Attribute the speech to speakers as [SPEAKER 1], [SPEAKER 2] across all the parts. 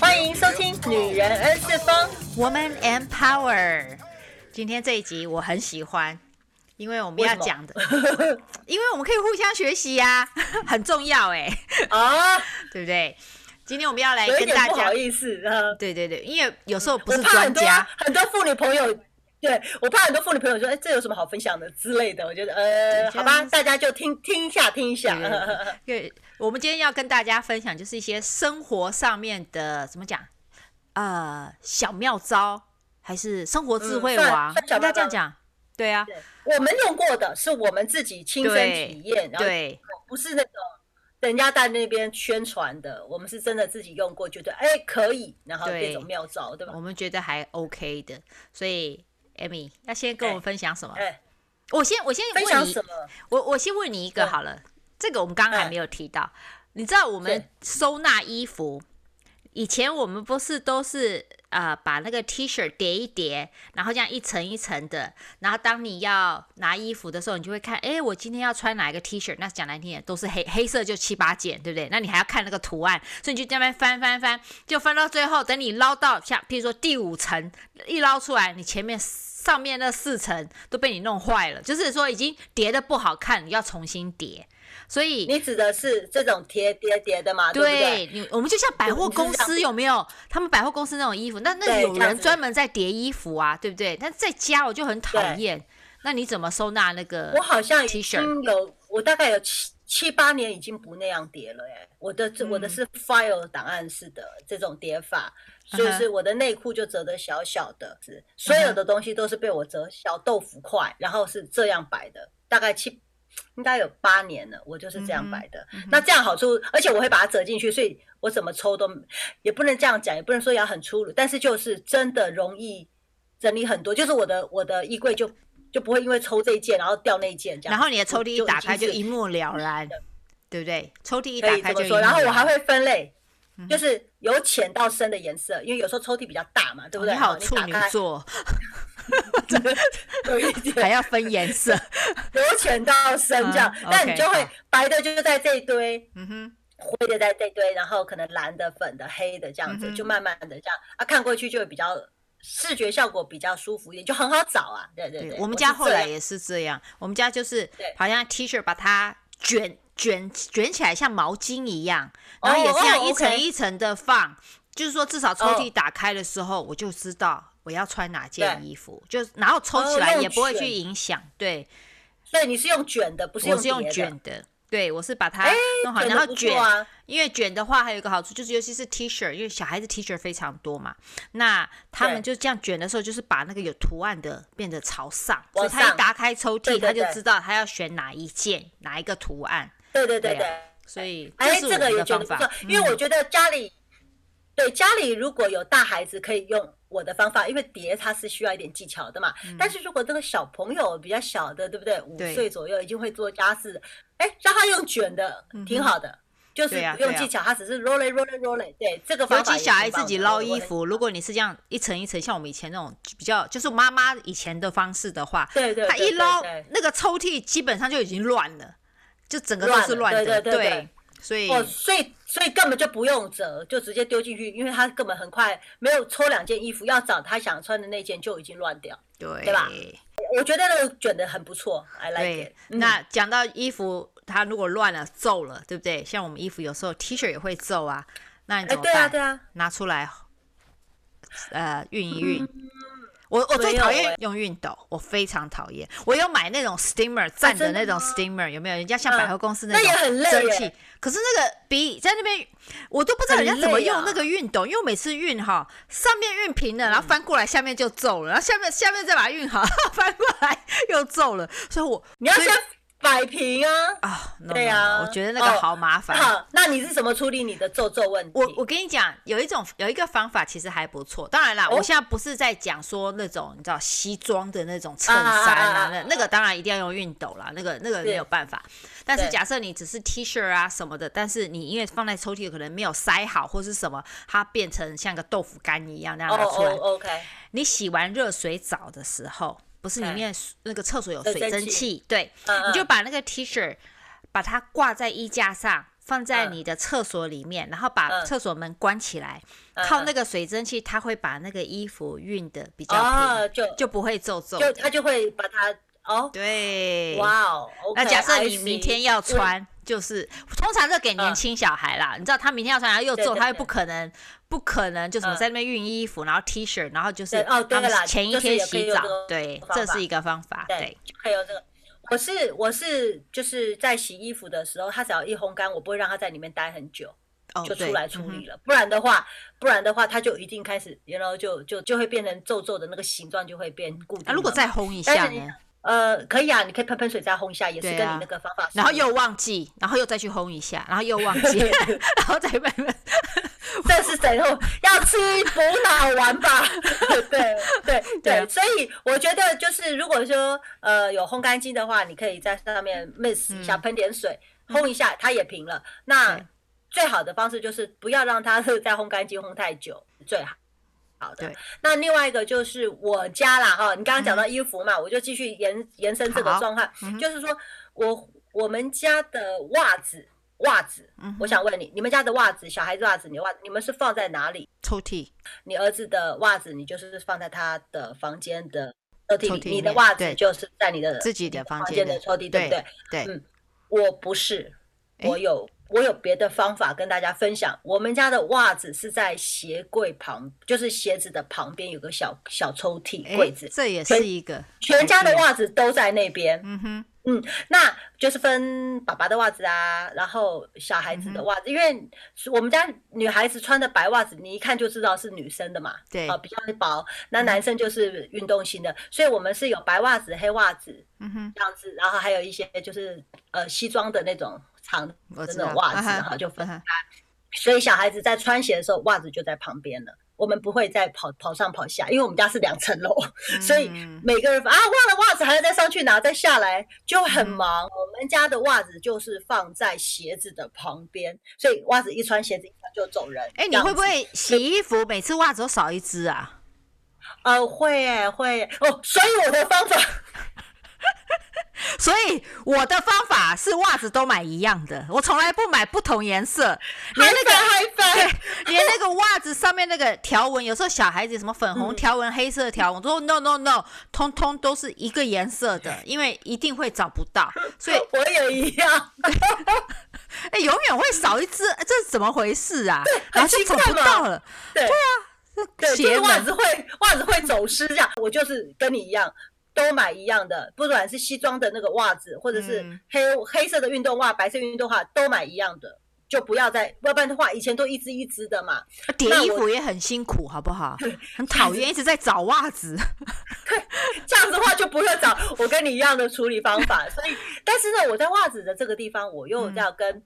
[SPEAKER 1] 欢迎收听《女人 N 次方》，
[SPEAKER 2] Woman and Power。今天这一集我很喜欢，因为我们
[SPEAKER 1] 为
[SPEAKER 2] 要
[SPEAKER 1] 什么
[SPEAKER 2] 讲的，因为我们可以互相学习呀、 很重要哎，
[SPEAKER 1] 啊，
[SPEAKER 2] 对不对？今天我们要来
[SPEAKER 1] 有一
[SPEAKER 2] 哎跟
[SPEAKER 1] 点
[SPEAKER 2] 大
[SPEAKER 1] 不
[SPEAKER 2] 家
[SPEAKER 1] 好，意思啊，
[SPEAKER 2] 对对对，因为有时候不
[SPEAKER 1] 我
[SPEAKER 2] 是
[SPEAKER 1] 怕很
[SPEAKER 2] 专
[SPEAKER 1] 多啊
[SPEAKER 2] 家，
[SPEAKER 1] 很多妇女朋友，对我怕很多妇女朋友说，哎，这有什么好分享的之类的，我觉得呃，
[SPEAKER 2] 对
[SPEAKER 1] 好吧，
[SPEAKER 2] 就是
[SPEAKER 1] 大家就听听一下，听一下，
[SPEAKER 2] 对对因为我们今天要跟大家分享，就是一些生活上面的怎么讲，呃，小妙招，还是生活智慧
[SPEAKER 1] 嗯算
[SPEAKER 2] 王，
[SPEAKER 1] 算小
[SPEAKER 2] 应该
[SPEAKER 1] 妙
[SPEAKER 2] 这样
[SPEAKER 1] 招
[SPEAKER 2] 讲，对啊，
[SPEAKER 1] 对 我们用过的是我们自己亲身体验，然后
[SPEAKER 2] 对。
[SPEAKER 1] 不是那种人家在那边宣传的，我们是真的自己用过，觉得哎可以，然后
[SPEAKER 2] 对哦
[SPEAKER 1] 这种妙招，对吧
[SPEAKER 2] 我？们觉得还 OK 的，所以 Amy 要先跟我们分享什么？
[SPEAKER 1] 哎，
[SPEAKER 2] 我先我先
[SPEAKER 1] 分享
[SPEAKER 2] 问
[SPEAKER 1] 什
[SPEAKER 2] 你，
[SPEAKER 1] 么？
[SPEAKER 2] 我我先问你一个
[SPEAKER 1] 嗯
[SPEAKER 2] 好了，这个我们刚刚还
[SPEAKER 1] 嗯
[SPEAKER 2] 没有提到，你知道我们收纳衣服，以前我们不是都是呃把那个 T 恤叠一叠，然后这样一层一层的，然后当你要拿衣服的时候，你就会看，哎，我今天要穿哪一个 T 恤？那讲难听点，都是黑黑色就七八件，对不对？那你还要看那个图案，所以你就在那边翻翻翻，就翻到最后，等你捞到像譬如说第五层，一捞出来，你前面上面那四层都被你弄坏了，就是说已经叠的不好看，你要重新叠。所以
[SPEAKER 1] 你指的是这种叠叠叠的嘛？对不对？
[SPEAKER 2] 对，你我们就像百货公司有没有？他们百货公司那种衣服，那那
[SPEAKER 1] 对
[SPEAKER 2] 有
[SPEAKER 1] 这样
[SPEAKER 2] 人
[SPEAKER 1] 子
[SPEAKER 2] 专门在叠衣服啊，对不对？但在家我就很讨厌。那你怎么收纳那个？
[SPEAKER 1] 我好像已
[SPEAKER 2] T 恤
[SPEAKER 1] 经有，我大概有七七八年已经不那样叠了、欸，我的这
[SPEAKER 2] 嗯
[SPEAKER 1] 我的是 file 档案式的这种叠法，所以
[SPEAKER 2] 嗯哼嗯
[SPEAKER 1] 是我的内裤就折得小小的，是所有的东西都是被我折小豆腐块，然后是这样摆的，大概七。应该有八年了，我就是
[SPEAKER 2] 嗯
[SPEAKER 1] 这样摆的。那这样好处，而且我会把它折进去，所以我怎么抽都也不能这样讲，也不能说要很粗鲁，但是就是真的容易整理很多，就是我的我的衣柜就就不会因为抽这一件然后掉那一件这样。
[SPEAKER 2] 然后你的抽屉一
[SPEAKER 1] 就
[SPEAKER 2] 打开就
[SPEAKER 1] 已经
[SPEAKER 2] 一目了然，对不对？抽屉一
[SPEAKER 1] 是
[SPEAKER 2] 打
[SPEAKER 1] 可以这
[SPEAKER 2] 开就
[SPEAKER 1] 么
[SPEAKER 2] 一
[SPEAKER 1] 说，
[SPEAKER 2] 目
[SPEAKER 1] 然后我
[SPEAKER 2] 了嗯
[SPEAKER 1] 还
[SPEAKER 2] 然
[SPEAKER 1] 会分类，就是有浅到深的颜色，因为有时候抽屉比较大嘛，对不
[SPEAKER 2] 哦
[SPEAKER 1] 对？
[SPEAKER 2] 你好，
[SPEAKER 1] 你
[SPEAKER 2] 处
[SPEAKER 1] 打
[SPEAKER 2] 女
[SPEAKER 1] 开
[SPEAKER 2] 座
[SPEAKER 1] 有一
[SPEAKER 2] 还
[SPEAKER 1] 点
[SPEAKER 2] 要分颜色，
[SPEAKER 1] 由浅到深这样
[SPEAKER 2] 嗯，
[SPEAKER 1] 但
[SPEAKER 2] OK，
[SPEAKER 1] 你就会
[SPEAKER 2] 好
[SPEAKER 1] 白的就是在这一堆，
[SPEAKER 2] 嗯哼，
[SPEAKER 1] 灰的在这堆，然后可能蓝的、粉的、黑的这样子，
[SPEAKER 2] 嗯哼
[SPEAKER 1] 就慢慢的这样啊，看过去就会比较视觉效果比较舒服一点，就很好找啊。对对
[SPEAKER 2] 对
[SPEAKER 1] 对，
[SPEAKER 2] 我们
[SPEAKER 1] 是
[SPEAKER 2] 家后
[SPEAKER 1] 这
[SPEAKER 2] 来
[SPEAKER 1] 样
[SPEAKER 2] 也是这样，我们家就是
[SPEAKER 1] 对
[SPEAKER 2] 好像 T 恤把它卷卷卷起来，像毛巾一样，
[SPEAKER 1] 哦
[SPEAKER 2] 然后也是这样
[SPEAKER 1] 哦
[SPEAKER 2] 一层
[SPEAKER 1] OK
[SPEAKER 2] 一层的放，就是说至少抽屉
[SPEAKER 1] 哦
[SPEAKER 2] 打开的时候，我就知道我要穿哪件
[SPEAKER 1] 对
[SPEAKER 2] 衣服，就然后抽
[SPEAKER 1] 哦
[SPEAKER 2] 起来
[SPEAKER 1] 用
[SPEAKER 2] 也不会去
[SPEAKER 1] 卷
[SPEAKER 2] 影响。对，
[SPEAKER 1] 所以你是用卷的，不是
[SPEAKER 2] 我是用
[SPEAKER 1] 叠的
[SPEAKER 2] 卷的，对我是把它
[SPEAKER 1] 哎
[SPEAKER 2] 弄好，
[SPEAKER 1] 卷
[SPEAKER 2] 然
[SPEAKER 1] 的
[SPEAKER 2] 后
[SPEAKER 1] 不
[SPEAKER 2] 卷
[SPEAKER 1] 错啊，
[SPEAKER 2] 因为卷的话，还有一个好处就是，尤其是 T 恤，因为小孩子 T 恤非常多嘛，那他们就这样卷的时候，就是把那个有图案的变得朝上，所
[SPEAKER 1] 往
[SPEAKER 2] 以他一
[SPEAKER 1] 上
[SPEAKER 2] 打开抽屉，
[SPEAKER 1] 对对
[SPEAKER 2] 他就
[SPEAKER 1] 对
[SPEAKER 2] 知道他要选哪一件、哪一个图案。
[SPEAKER 1] 对对对
[SPEAKER 2] 对
[SPEAKER 1] 对
[SPEAKER 2] 啊。所以这
[SPEAKER 1] 哎，
[SPEAKER 2] 是我
[SPEAKER 1] 这个
[SPEAKER 2] 们
[SPEAKER 1] 也
[SPEAKER 2] 的
[SPEAKER 1] 觉
[SPEAKER 2] 方
[SPEAKER 1] 得不
[SPEAKER 2] 法嗯
[SPEAKER 1] 错，，因为我觉得家里对家里如果有大孩子，可以用我的方法，因为叠它是需要一点技巧的嘛。但是如果这个小朋友比较小的，对不对？五
[SPEAKER 2] 嗯对
[SPEAKER 1] 岁左右已经会做家事的，哎，让他用卷的挺好的，就是
[SPEAKER 2] 嗯对啊
[SPEAKER 1] 不用
[SPEAKER 2] 对啊
[SPEAKER 1] 技巧，他只是 roll it roll it roll it。对，这个
[SPEAKER 2] 尤
[SPEAKER 1] 方法
[SPEAKER 2] 其
[SPEAKER 1] 也
[SPEAKER 2] 小孩
[SPEAKER 1] 挺棒
[SPEAKER 2] 自己
[SPEAKER 1] 的
[SPEAKER 2] 捞
[SPEAKER 1] 我
[SPEAKER 2] 衣服，如果你是这样一层一层，像我们以前那种比较，就是妈妈以前的方式的话，
[SPEAKER 1] 对对，
[SPEAKER 2] 他
[SPEAKER 1] 对
[SPEAKER 2] 一捞
[SPEAKER 1] 对对
[SPEAKER 2] 那个抽屉基本上就已经乱了，就整个都
[SPEAKER 1] 乱
[SPEAKER 2] 是
[SPEAKER 1] 了
[SPEAKER 2] 乱
[SPEAKER 1] 对
[SPEAKER 2] 的，
[SPEAKER 1] 对对对
[SPEAKER 2] 所以
[SPEAKER 1] 哦，所以所以根本就不用折，就直接丢进去，因为他根本很快没有抽两件衣服，要找他想穿的那件就已经乱掉。
[SPEAKER 2] 对
[SPEAKER 1] 对吧我觉得那个卷的很不错，I like
[SPEAKER 2] 对
[SPEAKER 1] it，。嗯
[SPEAKER 2] 那讲到衣服，它如果乱了、皱了，对不对？像我们衣服有时候 T 恤也会皱啊，那你
[SPEAKER 1] 哎，
[SPEAKER 2] 怎么
[SPEAKER 1] 对
[SPEAKER 2] 办？
[SPEAKER 1] 啊，对啊，
[SPEAKER 2] 拿出来，呃，熨一熨。我我
[SPEAKER 1] 嗯没
[SPEAKER 2] 最
[SPEAKER 1] 有
[SPEAKER 2] 讨厌
[SPEAKER 1] 哎
[SPEAKER 2] 用熨斗，我非常讨厌。我有买那种 steamer 站的
[SPEAKER 1] 真的
[SPEAKER 2] 那种 steamer，有没有？人家像
[SPEAKER 1] 嗯
[SPEAKER 2] 百货公司
[SPEAKER 1] 那也
[SPEAKER 2] 种
[SPEAKER 1] 很累
[SPEAKER 2] 蒸
[SPEAKER 1] 耶
[SPEAKER 2] 汽，可是那个比在那边，我都不知道人家
[SPEAKER 1] 很
[SPEAKER 2] 怎么
[SPEAKER 1] 累
[SPEAKER 2] 用
[SPEAKER 1] 啊
[SPEAKER 2] 那个熨斗，因为我每次熨哈，上面熨平了，然
[SPEAKER 1] 嗯
[SPEAKER 2] 后翻过来下面就皱了，然后下面下面再把它熨好， 翻过来又皱了，所以我
[SPEAKER 1] 你要
[SPEAKER 2] 所以
[SPEAKER 1] 先摆平啊。
[SPEAKER 2] 啊，no,
[SPEAKER 1] 对
[SPEAKER 2] no, no，
[SPEAKER 1] 啊
[SPEAKER 2] 我觉得那个
[SPEAKER 1] 哦
[SPEAKER 2] 好麻烦。
[SPEAKER 1] 好，那你是怎么处理你的皱皱问题？
[SPEAKER 2] 我我跟你讲，有一种有一个方法其实还不错。当然啦，
[SPEAKER 1] 哦
[SPEAKER 2] 我现在不是在讲说那种你知道西装的那种衬
[SPEAKER 1] 啊啊
[SPEAKER 2] 衫
[SPEAKER 1] 啊
[SPEAKER 2] 啊
[SPEAKER 1] 啊，
[SPEAKER 2] 那那个当然一定要用熨斗啦，那个那个没有办法。但是
[SPEAKER 1] 对
[SPEAKER 2] 假设你只是 T 恤啊什么的，但是你因为放在抽屉可能没有塞好或是什么，它变成像个豆腐干一样那样拿
[SPEAKER 1] 哦
[SPEAKER 2] 出来。
[SPEAKER 1] 哦，OK，
[SPEAKER 2] 你洗完热水澡的时候，不是里
[SPEAKER 1] 哎
[SPEAKER 2] 面水那个厕所有
[SPEAKER 1] 水
[SPEAKER 2] 水蒸
[SPEAKER 1] 呃蒸气
[SPEAKER 2] 气，对，
[SPEAKER 1] 嗯
[SPEAKER 2] 你就
[SPEAKER 1] 嗯
[SPEAKER 2] 把那个 T 恤把它挂在衣架上，放在
[SPEAKER 1] 嗯
[SPEAKER 2] 你的厕所里面，然后把
[SPEAKER 1] 嗯
[SPEAKER 2] 厕所门关起来，
[SPEAKER 1] 嗯
[SPEAKER 2] 靠那
[SPEAKER 1] 嗯
[SPEAKER 2] 个水蒸气，它会把那个衣服熨的比较平，
[SPEAKER 1] 哦，就
[SPEAKER 2] 就不会皱皱
[SPEAKER 1] 就
[SPEAKER 2] 的。
[SPEAKER 1] 他就会把它哦，
[SPEAKER 2] 对，
[SPEAKER 1] 哇哦，OK，
[SPEAKER 2] 那假设
[SPEAKER 1] I
[SPEAKER 2] 你明
[SPEAKER 1] see
[SPEAKER 2] 天
[SPEAKER 1] 因
[SPEAKER 2] 要
[SPEAKER 1] 为
[SPEAKER 2] 穿，就是通常是给年
[SPEAKER 1] 嗯
[SPEAKER 2] 轻小孩啦，你知道他明天要穿，然后又
[SPEAKER 1] 对
[SPEAKER 2] 皱，
[SPEAKER 1] 对
[SPEAKER 2] 他又
[SPEAKER 1] 对
[SPEAKER 2] 不可能，不可能就什么
[SPEAKER 1] 嗯
[SPEAKER 2] 在那边熨衣服，然后 T 恤，然后就是
[SPEAKER 1] 对哦对
[SPEAKER 2] 他们
[SPEAKER 1] 啦
[SPEAKER 2] 前一
[SPEAKER 1] 就是
[SPEAKER 2] 天
[SPEAKER 1] 也可以
[SPEAKER 2] 洗
[SPEAKER 1] 用
[SPEAKER 2] 澡
[SPEAKER 1] 这个，
[SPEAKER 2] 对，
[SPEAKER 1] 方
[SPEAKER 2] 这
[SPEAKER 1] 法
[SPEAKER 2] 是一个方法，对
[SPEAKER 1] 对，，就可以用这个。我是我是就是在洗衣服的时候，它只要一烘干，我不会让它在里面待很久，
[SPEAKER 2] 哦，
[SPEAKER 1] 就
[SPEAKER 2] 对
[SPEAKER 1] 出来
[SPEAKER 2] 嗯
[SPEAKER 1] 处
[SPEAKER 2] 哼
[SPEAKER 1] 理了。不然的话，不然的话，它就一定开始，然后就就就会变成皱皱的那个形状就会变固定了嘛。
[SPEAKER 2] 啊，如果再烘一
[SPEAKER 1] 嗯但
[SPEAKER 2] 下
[SPEAKER 1] 是你
[SPEAKER 2] 呢？
[SPEAKER 1] 呃可以啊，你可以喷喷水再烘一下，也是
[SPEAKER 2] 对
[SPEAKER 1] 跟
[SPEAKER 2] 啊
[SPEAKER 1] 你那个方法是一样的。
[SPEAKER 2] 然后又忘记，然后又再去烘一下，然后又忘 记，然后再慢慢
[SPEAKER 1] 这是 怎样？要吃补脑丸吧？ 对对
[SPEAKER 2] 对啊
[SPEAKER 1] 对，所以我觉得就是，如果说呃有烘干机的话，你可以在上面 mix 一下，
[SPEAKER 2] 嗯
[SPEAKER 1] 喷点水，烘一下，它也平了。那
[SPEAKER 2] 对
[SPEAKER 1] 最好的方式就是不要让它 是在烘干机烘太久，最好。好的
[SPEAKER 2] 对，嗯
[SPEAKER 1] 那另外一个就是我家啦哈，你刚刚讲到衣服嘛，我就继续延延伸这个
[SPEAKER 2] 好
[SPEAKER 1] 状况，
[SPEAKER 2] 嗯哼
[SPEAKER 1] 就是说我我们家的袜子袜子，
[SPEAKER 2] 嗯哼
[SPEAKER 1] 我想问你，你们家的袜子，小孩子袜子，你的袜子，你们是放在哪里？
[SPEAKER 2] 抽屉，
[SPEAKER 1] 你儿子的袜子，你就是放在他的房间的抽屉
[SPEAKER 2] 抽屉
[SPEAKER 1] 里，
[SPEAKER 2] 里
[SPEAKER 1] 你的
[SPEAKER 2] 面
[SPEAKER 1] 袜子
[SPEAKER 2] 对
[SPEAKER 1] 就是在你的
[SPEAKER 2] 自己的房
[SPEAKER 1] 房
[SPEAKER 2] 间
[SPEAKER 1] 间
[SPEAKER 2] 的
[SPEAKER 1] 的抽屉，对不对？
[SPEAKER 2] 对，
[SPEAKER 1] 我不是，
[SPEAKER 2] 诶
[SPEAKER 1] 我有我有别的方法跟大家分享。我们家的袜子是在鞋柜旁，就是鞋子的旁边有个小小抽屉嗯柜
[SPEAKER 2] 诶
[SPEAKER 1] 子，
[SPEAKER 2] 这也
[SPEAKER 1] 全
[SPEAKER 2] 是一个，
[SPEAKER 1] 全家的
[SPEAKER 2] idea
[SPEAKER 1] 袜子都在那边。
[SPEAKER 2] 嗯哼，
[SPEAKER 1] 那就是分爸爸的袜子啊，然后小孩子
[SPEAKER 2] 嗯
[SPEAKER 1] 的袜子，因为我们家女孩子穿的白袜子，你一看就知道是女生的嘛，
[SPEAKER 2] 对嗯
[SPEAKER 1] 啊、，比较薄。那男生就是运动型的，所以我们是有白袜子、黑袜子
[SPEAKER 2] 嗯哼，
[SPEAKER 1] 这样子，然后还有一些就是呃西装的那种长的
[SPEAKER 2] 我知
[SPEAKER 1] 那
[SPEAKER 2] 道
[SPEAKER 1] 种，袜
[SPEAKER 2] 啊
[SPEAKER 1] 子，
[SPEAKER 2] 哈
[SPEAKER 1] 然后就
[SPEAKER 2] 啊
[SPEAKER 1] 分
[SPEAKER 2] 哈
[SPEAKER 1] 所以小孩子在穿鞋的时候，袜子就在旁边了。我们不会再跑跑上跑下，因为我们家是两层楼， 所以
[SPEAKER 2] 嗯
[SPEAKER 1] 每个人啊忘了袜子还要再上去拿，再下来就很
[SPEAKER 2] 嗯
[SPEAKER 1] 忙。我们家的袜子就是放在鞋子的旁边，所以袜子一穿，鞋子一穿就走人。
[SPEAKER 2] 哎，
[SPEAKER 1] 这
[SPEAKER 2] 你
[SPEAKER 1] 样
[SPEAKER 2] 会不
[SPEAKER 1] 子
[SPEAKER 2] 会洗衣服每次袜子都少一只啊？
[SPEAKER 1] 呃会欸会欸哦？所以我的方法
[SPEAKER 2] 啊所以我的方法是袜子都买一样的，我从来不买不同颜 色，连
[SPEAKER 1] 还
[SPEAKER 2] 那
[SPEAKER 1] 烦
[SPEAKER 2] 个
[SPEAKER 1] 还 烦，
[SPEAKER 2] 连那个袜子上面那个条纹，有时候小孩子什么粉红条纹、黑色条纹，我说 no no no，通通都是一个颜色的，因为一定会找不 到，所以
[SPEAKER 1] 我也一样。
[SPEAKER 2] 哎、永远会少一只，哎这是怎么回事啊？然后就
[SPEAKER 1] 奇
[SPEAKER 2] 找
[SPEAKER 1] 怪
[SPEAKER 2] 不
[SPEAKER 1] 嘛
[SPEAKER 2] 到了，
[SPEAKER 1] 对
[SPEAKER 2] 这
[SPEAKER 1] 对，就是
[SPEAKER 2] 邪
[SPEAKER 1] 袜
[SPEAKER 2] 门
[SPEAKER 1] 子会袜子会走失这样。我就是跟你一样，都买一样的，不管是西装的那个袜子，或者是
[SPEAKER 2] 嗯
[SPEAKER 1] 黑、黑色的运动袜、白色运动袜，都买一样的，就不要再，要不然的话，以前都一只一只的嘛。
[SPEAKER 2] 叠
[SPEAKER 1] 那
[SPEAKER 2] 衣
[SPEAKER 1] 我
[SPEAKER 2] 服也很辛苦，好不好？很讨厌，一直在找袜子。
[SPEAKER 1] 这样子的话就不会找我跟你一样的处理方 法。所以，但是呢，我在袜子的这个地方，我又
[SPEAKER 2] 嗯
[SPEAKER 1] 要跟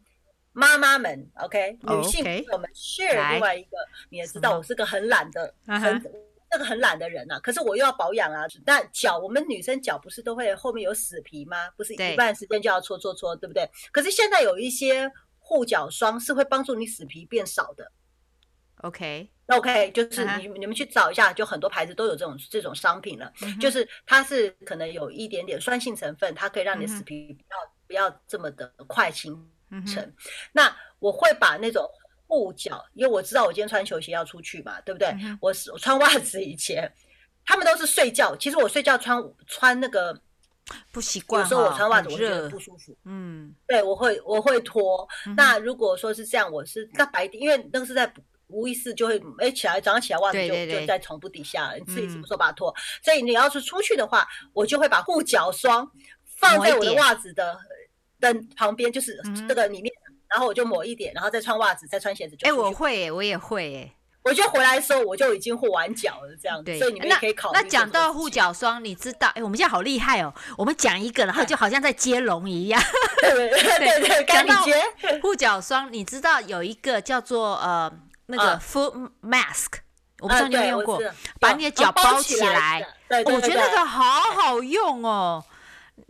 [SPEAKER 1] 妈妈们、OK
[SPEAKER 2] 哦
[SPEAKER 1] 女性
[SPEAKER 2] OK
[SPEAKER 1] 我们 share
[SPEAKER 2] 来
[SPEAKER 1] 另外一个，你也知
[SPEAKER 2] 什
[SPEAKER 1] 道
[SPEAKER 2] 么
[SPEAKER 1] 我是个很懒的，
[SPEAKER 2] 啊哈
[SPEAKER 1] 很这个很懒的人呐、啊。可是我又要保养啊，那脚我们女生脚不是都会后面有死皮吗？不是
[SPEAKER 2] 对
[SPEAKER 1] 一半时间就要搓搓搓，对不对？可是现在有一些护脚霜是会帮助你死皮变少的。
[SPEAKER 2] OK，
[SPEAKER 1] OK，就是
[SPEAKER 2] 嗯哼
[SPEAKER 1] 你、你们去找一下，就很多牌子都有这种这种商品了。
[SPEAKER 2] 嗯哼
[SPEAKER 1] 就是它是可能有一点点酸性成分，它可以让你
[SPEAKER 2] 嗯哼
[SPEAKER 1] 死皮不要不要这么的快清
[SPEAKER 2] 嗯
[SPEAKER 1] 晨。
[SPEAKER 2] 哼
[SPEAKER 1] 那我会把那种护脚，因为我知道我今天穿球鞋要出去嘛，对不对？
[SPEAKER 2] 嗯哼
[SPEAKER 1] 我是我穿袜子以前，他们都是睡觉，其实我睡觉穿穿那个，
[SPEAKER 2] 不习惯
[SPEAKER 1] 有
[SPEAKER 2] 哈，
[SPEAKER 1] 时候我穿袜子
[SPEAKER 2] 很
[SPEAKER 1] 我会觉
[SPEAKER 2] 热
[SPEAKER 1] 得不，舒服。
[SPEAKER 2] 嗯，
[SPEAKER 1] 对，我会我会脱。
[SPEAKER 2] 嗯哼
[SPEAKER 1] 那如果说是这样，我是在白天，因为那个是在无意识就会哎起来，早上起来袜子
[SPEAKER 2] 对
[SPEAKER 1] 就
[SPEAKER 2] 对对
[SPEAKER 1] 就在床铺底下了，你自己什
[SPEAKER 2] 嗯
[SPEAKER 1] 么时候把它脱？所以你要是出去的话，我就会把护脚霜放
[SPEAKER 2] 抹一
[SPEAKER 1] 在我的
[SPEAKER 2] 点
[SPEAKER 1] 袜子的的旁边，就是
[SPEAKER 2] 嗯哼
[SPEAKER 1] 这个里面，然后我就抹一点，然后再穿袜子，再穿鞋子就
[SPEAKER 2] 哎、
[SPEAKER 1] 出去。
[SPEAKER 2] 我会耶、我也会耶、
[SPEAKER 1] 我就回来的时候我就已经护完脚了，这样子，
[SPEAKER 2] 对，
[SPEAKER 1] 所以你们也
[SPEAKER 2] 那
[SPEAKER 1] 可以考虑
[SPEAKER 2] 那
[SPEAKER 1] 做
[SPEAKER 2] 讲
[SPEAKER 1] 这个
[SPEAKER 2] 到
[SPEAKER 1] 事
[SPEAKER 2] 护
[SPEAKER 1] 情，
[SPEAKER 2] 脚霜，你知道，哎、我们现在好厉害哦，我们讲一个，
[SPEAKER 1] 嗯
[SPEAKER 2] 然后就好像在接龙 一样。
[SPEAKER 1] 对对 对对对，
[SPEAKER 2] 讲
[SPEAKER 1] 干
[SPEAKER 2] 到
[SPEAKER 1] 姐，
[SPEAKER 2] 护脚霜，你知道有一个叫做呃那个
[SPEAKER 1] 嗯
[SPEAKER 2] foot mask，我不知道
[SPEAKER 1] 嗯，
[SPEAKER 2] 你有没
[SPEAKER 1] 对，
[SPEAKER 2] 有用
[SPEAKER 1] 我
[SPEAKER 2] 过
[SPEAKER 1] 知，道
[SPEAKER 2] 把
[SPEAKER 1] 有
[SPEAKER 2] 你的
[SPEAKER 1] 哦
[SPEAKER 2] 脚包
[SPEAKER 1] 包
[SPEAKER 2] 起来
[SPEAKER 1] 的，对，
[SPEAKER 2] 哦
[SPEAKER 1] 对
[SPEAKER 2] 我觉得那个好好用哦。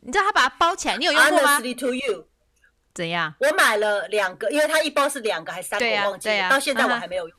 [SPEAKER 2] 你知道他把它包起来，你有用过吗？
[SPEAKER 1] Honestly to you，
[SPEAKER 2] 怎样？
[SPEAKER 1] 我买了两个，因为它一包是两个还是三个，
[SPEAKER 2] 对啊
[SPEAKER 1] 我忘记
[SPEAKER 2] 对啊
[SPEAKER 1] 了，到现在我
[SPEAKER 2] 嗯哼
[SPEAKER 1] 还没有用。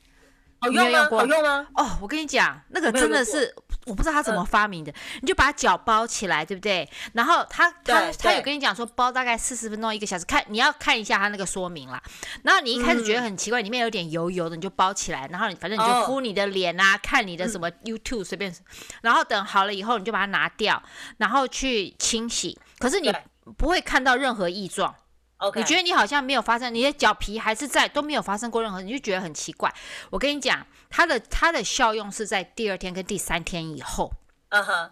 [SPEAKER 1] 好
[SPEAKER 2] 你有
[SPEAKER 1] 用吗？
[SPEAKER 2] 用过
[SPEAKER 1] 好用吗？
[SPEAKER 2] 哦，我跟你讲，那个
[SPEAKER 1] 没有
[SPEAKER 2] 真的
[SPEAKER 1] 用过嗯
[SPEAKER 2] 是我不知道他怎么发明的，你就把脚包起来，对不对？然后他他
[SPEAKER 1] 对
[SPEAKER 2] 他有
[SPEAKER 1] 对
[SPEAKER 2] 跟你讲说包大概四十分钟一个小时，看你要看一下他那个说明啦。然后你一开始觉得很奇怪，里面有点油油的，你就包起来，然后你反正你就
[SPEAKER 1] 嗯哦嗯
[SPEAKER 2] 敷你的脸啊，看你的什么 YouTube 随便，然后等好了以后你就把它拿掉，然后去清洗。可是你
[SPEAKER 1] 对
[SPEAKER 2] 不会看到任何异状。
[SPEAKER 1] OK，
[SPEAKER 2] 你觉得你好像没有发生，你的脚皮还是在，都没有发生过任何，你就觉得很奇怪。我跟你讲，它的它的效用是在第二天跟第三天以后，
[SPEAKER 1] 嗯哼，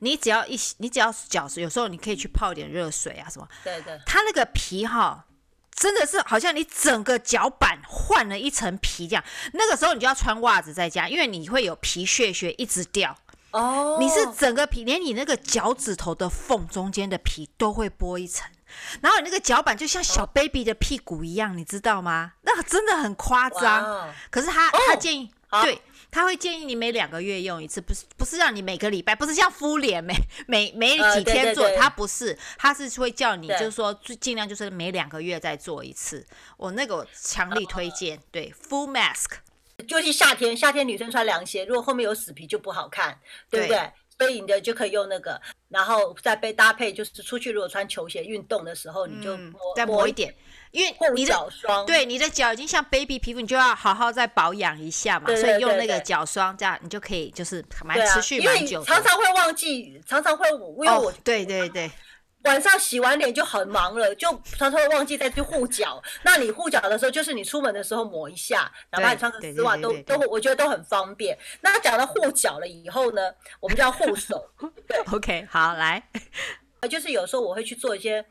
[SPEAKER 2] 你只要一你只要脚，有时候你可以去泡点热水啊什么，
[SPEAKER 1] 对对，
[SPEAKER 2] 它那个皮哈。真的是好像你整个脚板换了一层皮这样，那个时候你就要穿袜子在家，因为你会有皮屑屑一直掉。
[SPEAKER 1] 哦，
[SPEAKER 2] 你是整个皮，连你那个脚趾头的缝中间的皮都会剥一层，然后你那个脚板就像小 baby 的屁股一样，你知道吗？那个真的很夸张。
[SPEAKER 1] 哇哦
[SPEAKER 2] 可是他他
[SPEAKER 1] 哦
[SPEAKER 2] 建议，
[SPEAKER 1] 好
[SPEAKER 2] 对，他会建议你每两个月用一次，不是不是让你每个礼拜，不是像敷脸每 每每
[SPEAKER 1] 呃
[SPEAKER 2] 几
[SPEAKER 1] 对
[SPEAKER 2] 天
[SPEAKER 1] 对
[SPEAKER 2] 做，
[SPEAKER 1] 对
[SPEAKER 2] 他不是，他是会叫你
[SPEAKER 1] 对
[SPEAKER 2] 就是说最尽量就是每两个月再做一次。我那个我强力推荐，对，full mask。
[SPEAKER 1] 尤其夏天，夏天女生穿凉鞋，如果后面有死皮就不好看，对不
[SPEAKER 2] 对
[SPEAKER 1] 对？所以你的就可以用那个，然后再被搭配，就是出去如果穿球鞋运动的时候，你就
[SPEAKER 2] 嗯
[SPEAKER 1] 抹、，
[SPEAKER 2] 再抹一点，因为
[SPEAKER 1] 护
[SPEAKER 2] 你的
[SPEAKER 1] 脚霜，
[SPEAKER 2] 对，你的脚已经像 baby 皮肤，你就要好好再保养一下嘛。
[SPEAKER 1] 对
[SPEAKER 2] 所以
[SPEAKER 1] 对
[SPEAKER 2] 用
[SPEAKER 1] 对
[SPEAKER 2] 那个
[SPEAKER 1] 对
[SPEAKER 2] 脚霜，这样你就可以就是蛮
[SPEAKER 1] 对啊，
[SPEAKER 2] 持续
[SPEAKER 1] 因为
[SPEAKER 2] 蛮
[SPEAKER 1] 你
[SPEAKER 2] 久的。
[SPEAKER 1] 常常会忘记，常常会我，因为我
[SPEAKER 2] 哦，对对对，
[SPEAKER 1] 晚上洗完脸就很忙了，就常常会忘记再去护脚。那你护脚的时候，就是你出门的时候抹一下，哪怕你穿个
[SPEAKER 2] 对对
[SPEAKER 1] 丝袜
[SPEAKER 2] 对
[SPEAKER 1] 都
[SPEAKER 2] 对对
[SPEAKER 1] 都会，我觉得都很方便。那讲到护脚了以后呢，我们就要护手。
[SPEAKER 2] OK，好，来，
[SPEAKER 1] 就是有时候我会去做一些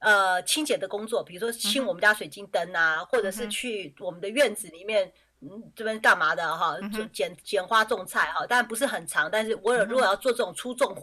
[SPEAKER 1] 呃清洁的工作，比如说清我们家水晶灯啊，或者是去我们的院子里面。嗯，这边干嘛的哈？就捡捡花种菜哈，当然不是很长，但是我有如果要做这种粗重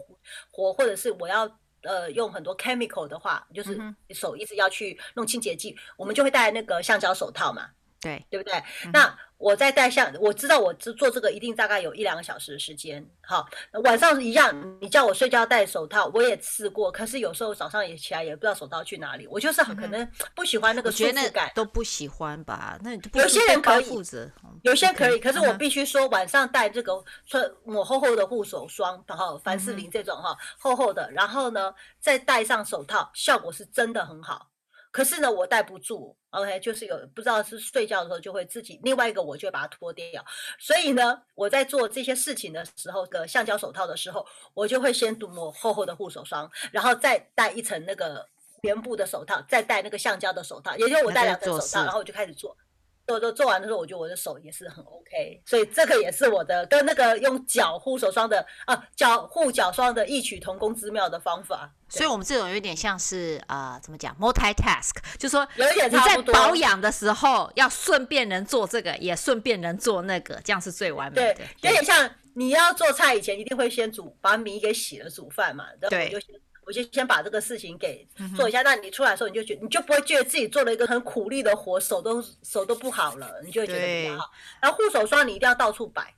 [SPEAKER 1] 活，或者是我要呃用很多 chemical 的话，就是手一直要去弄清洁剂，我们就会戴那个橡胶手套嘛。
[SPEAKER 2] 对，
[SPEAKER 1] 对不对？
[SPEAKER 2] 嗯
[SPEAKER 1] 那我在带像，我知道我做做这个一定大概有一两个小时的时间。好，晚上一样，你叫我睡觉戴手套，我也试过，可是有时候早上也起来也不知道手套去哪里，我就是很可能不喜欢那
[SPEAKER 2] 嗯我
[SPEAKER 1] 个舒
[SPEAKER 2] 觉得
[SPEAKER 1] 服
[SPEAKER 2] 那
[SPEAKER 1] 感。
[SPEAKER 2] 都不喜欢吧？那你就不
[SPEAKER 1] 有
[SPEAKER 2] 是
[SPEAKER 1] 些
[SPEAKER 2] 被
[SPEAKER 1] 人
[SPEAKER 2] 包
[SPEAKER 1] 可以
[SPEAKER 2] 覆着嗯
[SPEAKER 1] 有些
[SPEAKER 2] OK，
[SPEAKER 1] 可以，可是我
[SPEAKER 2] 嗯
[SPEAKER 1] 必须说，晚上戴这个穿抹厚厚的护手霜，然后凡
[SPEAKER 2] 嗯
[SPEAKER 1] 士林这种哈厚厚的，然后呢再戴上手套，效果是真的很好。可是呢，我戴不住，OK，就是有不知道是睡觉的时候就会自己，另外一个我就会把它脱掉。所以呢，我在做这些事情的时候，这个橡胶手套的时候，我就会先涂抹厚厚的护手霜，然后再戴一层那个棉布的手套，再戴那个橡胶的手套，也就是我
[SPEAKER 2] 那
[SPEAKER 1] 戴
[SPEAKER 2] 在
[SPEAKER 1] 两层
[SPEAKER 2] 做
[SPEAKER 1] 手套，
[SPEAKER 2] 事
[SPEAKER 1] 然后我就开始做。做做做完的时候，我觉得我的手也是很 OK，所以这个也是我的跟那个用脚护手霜的啊脚护脚霜的异曲同工之妙的方法。
[SPEAKER 2] 所以我们这种有点像是呃，怎么讲，multitask，就说
[SPEAKER 1] 有一点
[SPEAKER 2] 你
[SPEAKER 1] 差
[SPEAKER 2] 在
[SPEAKER 1] 不多
[SPEAKER 2] 保养的时候要顺便能做这个，也顺便能做那个，这样是最完美
[SPEAKER 1] 对
[SPEAKER 2] 的。，
[SPEAKER 1] 有点像你要做菜以前，一定会先煮把米给洗了煮饭嘛，然后
[SPEAKER 2] 对
[SPEAKER 1] 我就先我就先把这个事情给做一下。那你出来的时候，你就觉你就不会觉得自己做了一个很苦力的活，手都手都不好了，你就会觉得比
[SPEAKER 2] 对
[SPEAKER 1] 较好。然后护手霜你一定要到处摆，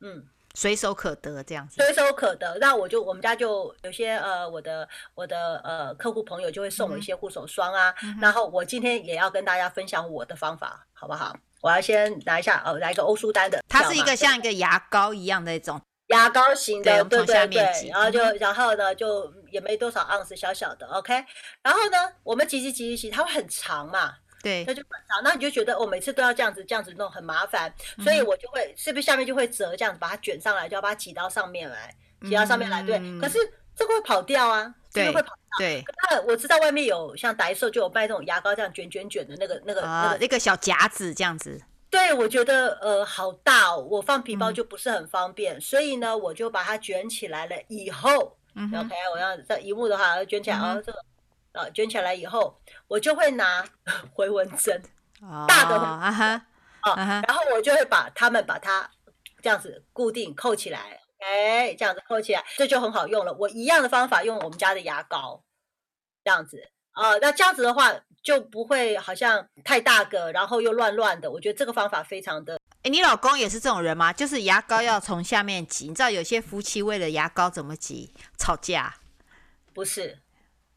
[SPEAKER 1] 嗯。
[SPEAKER 2] 随手可得这样子。
[SPEAKER 1] 随手可得。那我就我们家就有些呃，我的我的呃客户朋友就会送我
[SPEAKER 2] 嗯
[SPEAKER 1] 一些护手霜啊。然后我今天也要跟大家分享我的方法，好不好？我要先拿一下呃，来一个欧舒丹的，
[SPEAKER 2] 它是一
[SPEAKER 1] 知道
[SPEAKER 2] 个
[SPEAKER 1] 吗
[SPEAKER 2] 像一个牙膏一样的一种，
[SPEAKER 1] 牙膏型
[SPEAKER 2] 对
[SPEAKER 1] 的，
[SPEAKER 2] 我们
[SPEAKER 1] 对
[SPEAKER 2] 从
[SPEAKER 1] 对
[SPEAKER 2] 下
[SPEAKER 1] 对
[SPEAKER 2] 面挤，嗯
[SPEAKER 1] 然后就然后呢就也没多少盎司，小小的，OK。然后呢，我们挤挤挤挤挤，它会很长嘛，
[SPEAKER 2] 对
[SPEAKER 1] 那就很长，那你就觉得我、哦、每次都要这样子这样子弄很麻烦，所
[SPEAKER 2] 嗯
[SPEAKER 1] 以我就会是不是下面就会折这样子把它卷上来，就要把它挤到上面来，挤到上面来，对。
[SPEAKER 2] 嗯
[SPEAKER 1] 可是这个会跑掉啊，这
[SPEAKER 2] 对
[SPEAKER 1] 个会跑。
[SPEAKER 2] 对，
[SPEAKER 1] 那我知道外面有像白瘦就有卖那种牙膏这样卷卷卷的那个那个那
[SPEAKER 2] 啊，
[SPEAKER 1] 个，
[SPEAKER 2] 那个小夹子这样子，
[SPEAKER 1] 对我觉得呃好大哦，我放皮
[SPEAKER 2] 嗯
[SPEAKER 1] 包就不是很方便，所以呢我就把它卷起来了以后。
[SPEAKER 2] 嗯哼嗯
[SPEAKER 1] OK，我要在荧幕的话卷起来，哦，这个呃卷起来以后，我就会拿 回纹针，大的
[SPEAKER 2] 哦啊哈，
[SPEAKER 1] 哦
[SPEAKER 2] 啊哈
[SPEAKER 1] 然后我就会把它们把它这样子固定扣起来，哎，这样子扣起来，这就很好用了。我一样的方法用我们家的牙膏，这样子啊、那这样子的话就不会好像太大个，然后又乱乱的。我觉得这个方法非常的
[SPEAKER 2] 哎，你老公也是这种人吗？就是牙膏要从下面挤，你知道有些夫妻为了牙膏怎么挤吵架，
[SPEAKER 1] 不是，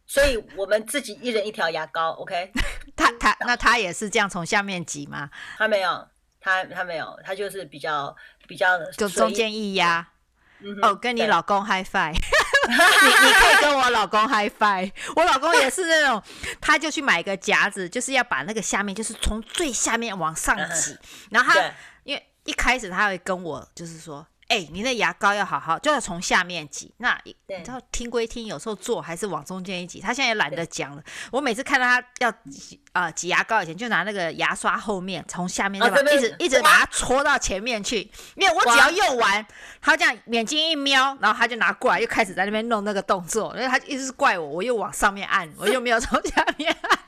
[SPEAKER 1] 所以我们自己一人一条牙膏，OK，
[SPEAKER 2] 他他那他也是这样从下面挤吗？
[SPEAKER 1] 他没有。他他没有，他就是比较比较
[SPEAKER 2] 就 中间一压。
[SPEAKER 1] 嗯哼
[SPEAKER 2] 哦，跟你
[SPEAKER 1] 对
[SPEAKER 2] 老公 high five，你你可以跟我老公 high five。我老公也是 那种，他就去买一个夹子，就是要把那个下面，就是从最下面往上挤。然后他
[SPEAKER 1] 嗯对
[SPEAKER 2] 因为一开始他会跟我就是说，哎、你那牙膏要好好，就要从下面挤。那你
[SPEAKER 1] 对
[SPEAKER 2] 知道听归听，有时候做还是往中间一挤。他现在也懒得讲了。
[SPEAKER 1] 嗯
[SPEAKER 2] 我每次看到他要挤啊挤牙膏以前，就拿那个牙刷后面从下面
[SPEAKER 1] 啊
[SPEAKER 2] 再把、
[SPEAKER 1] 这边
[SPEAKER 2] 一直一直把它戳到前面去，因为我只要用完，他这样眼睛一瞄，然后他就拿过来又开始在那边弄那个动作，然后他就一直怪我，我又往上面按，我 又没有从下面按。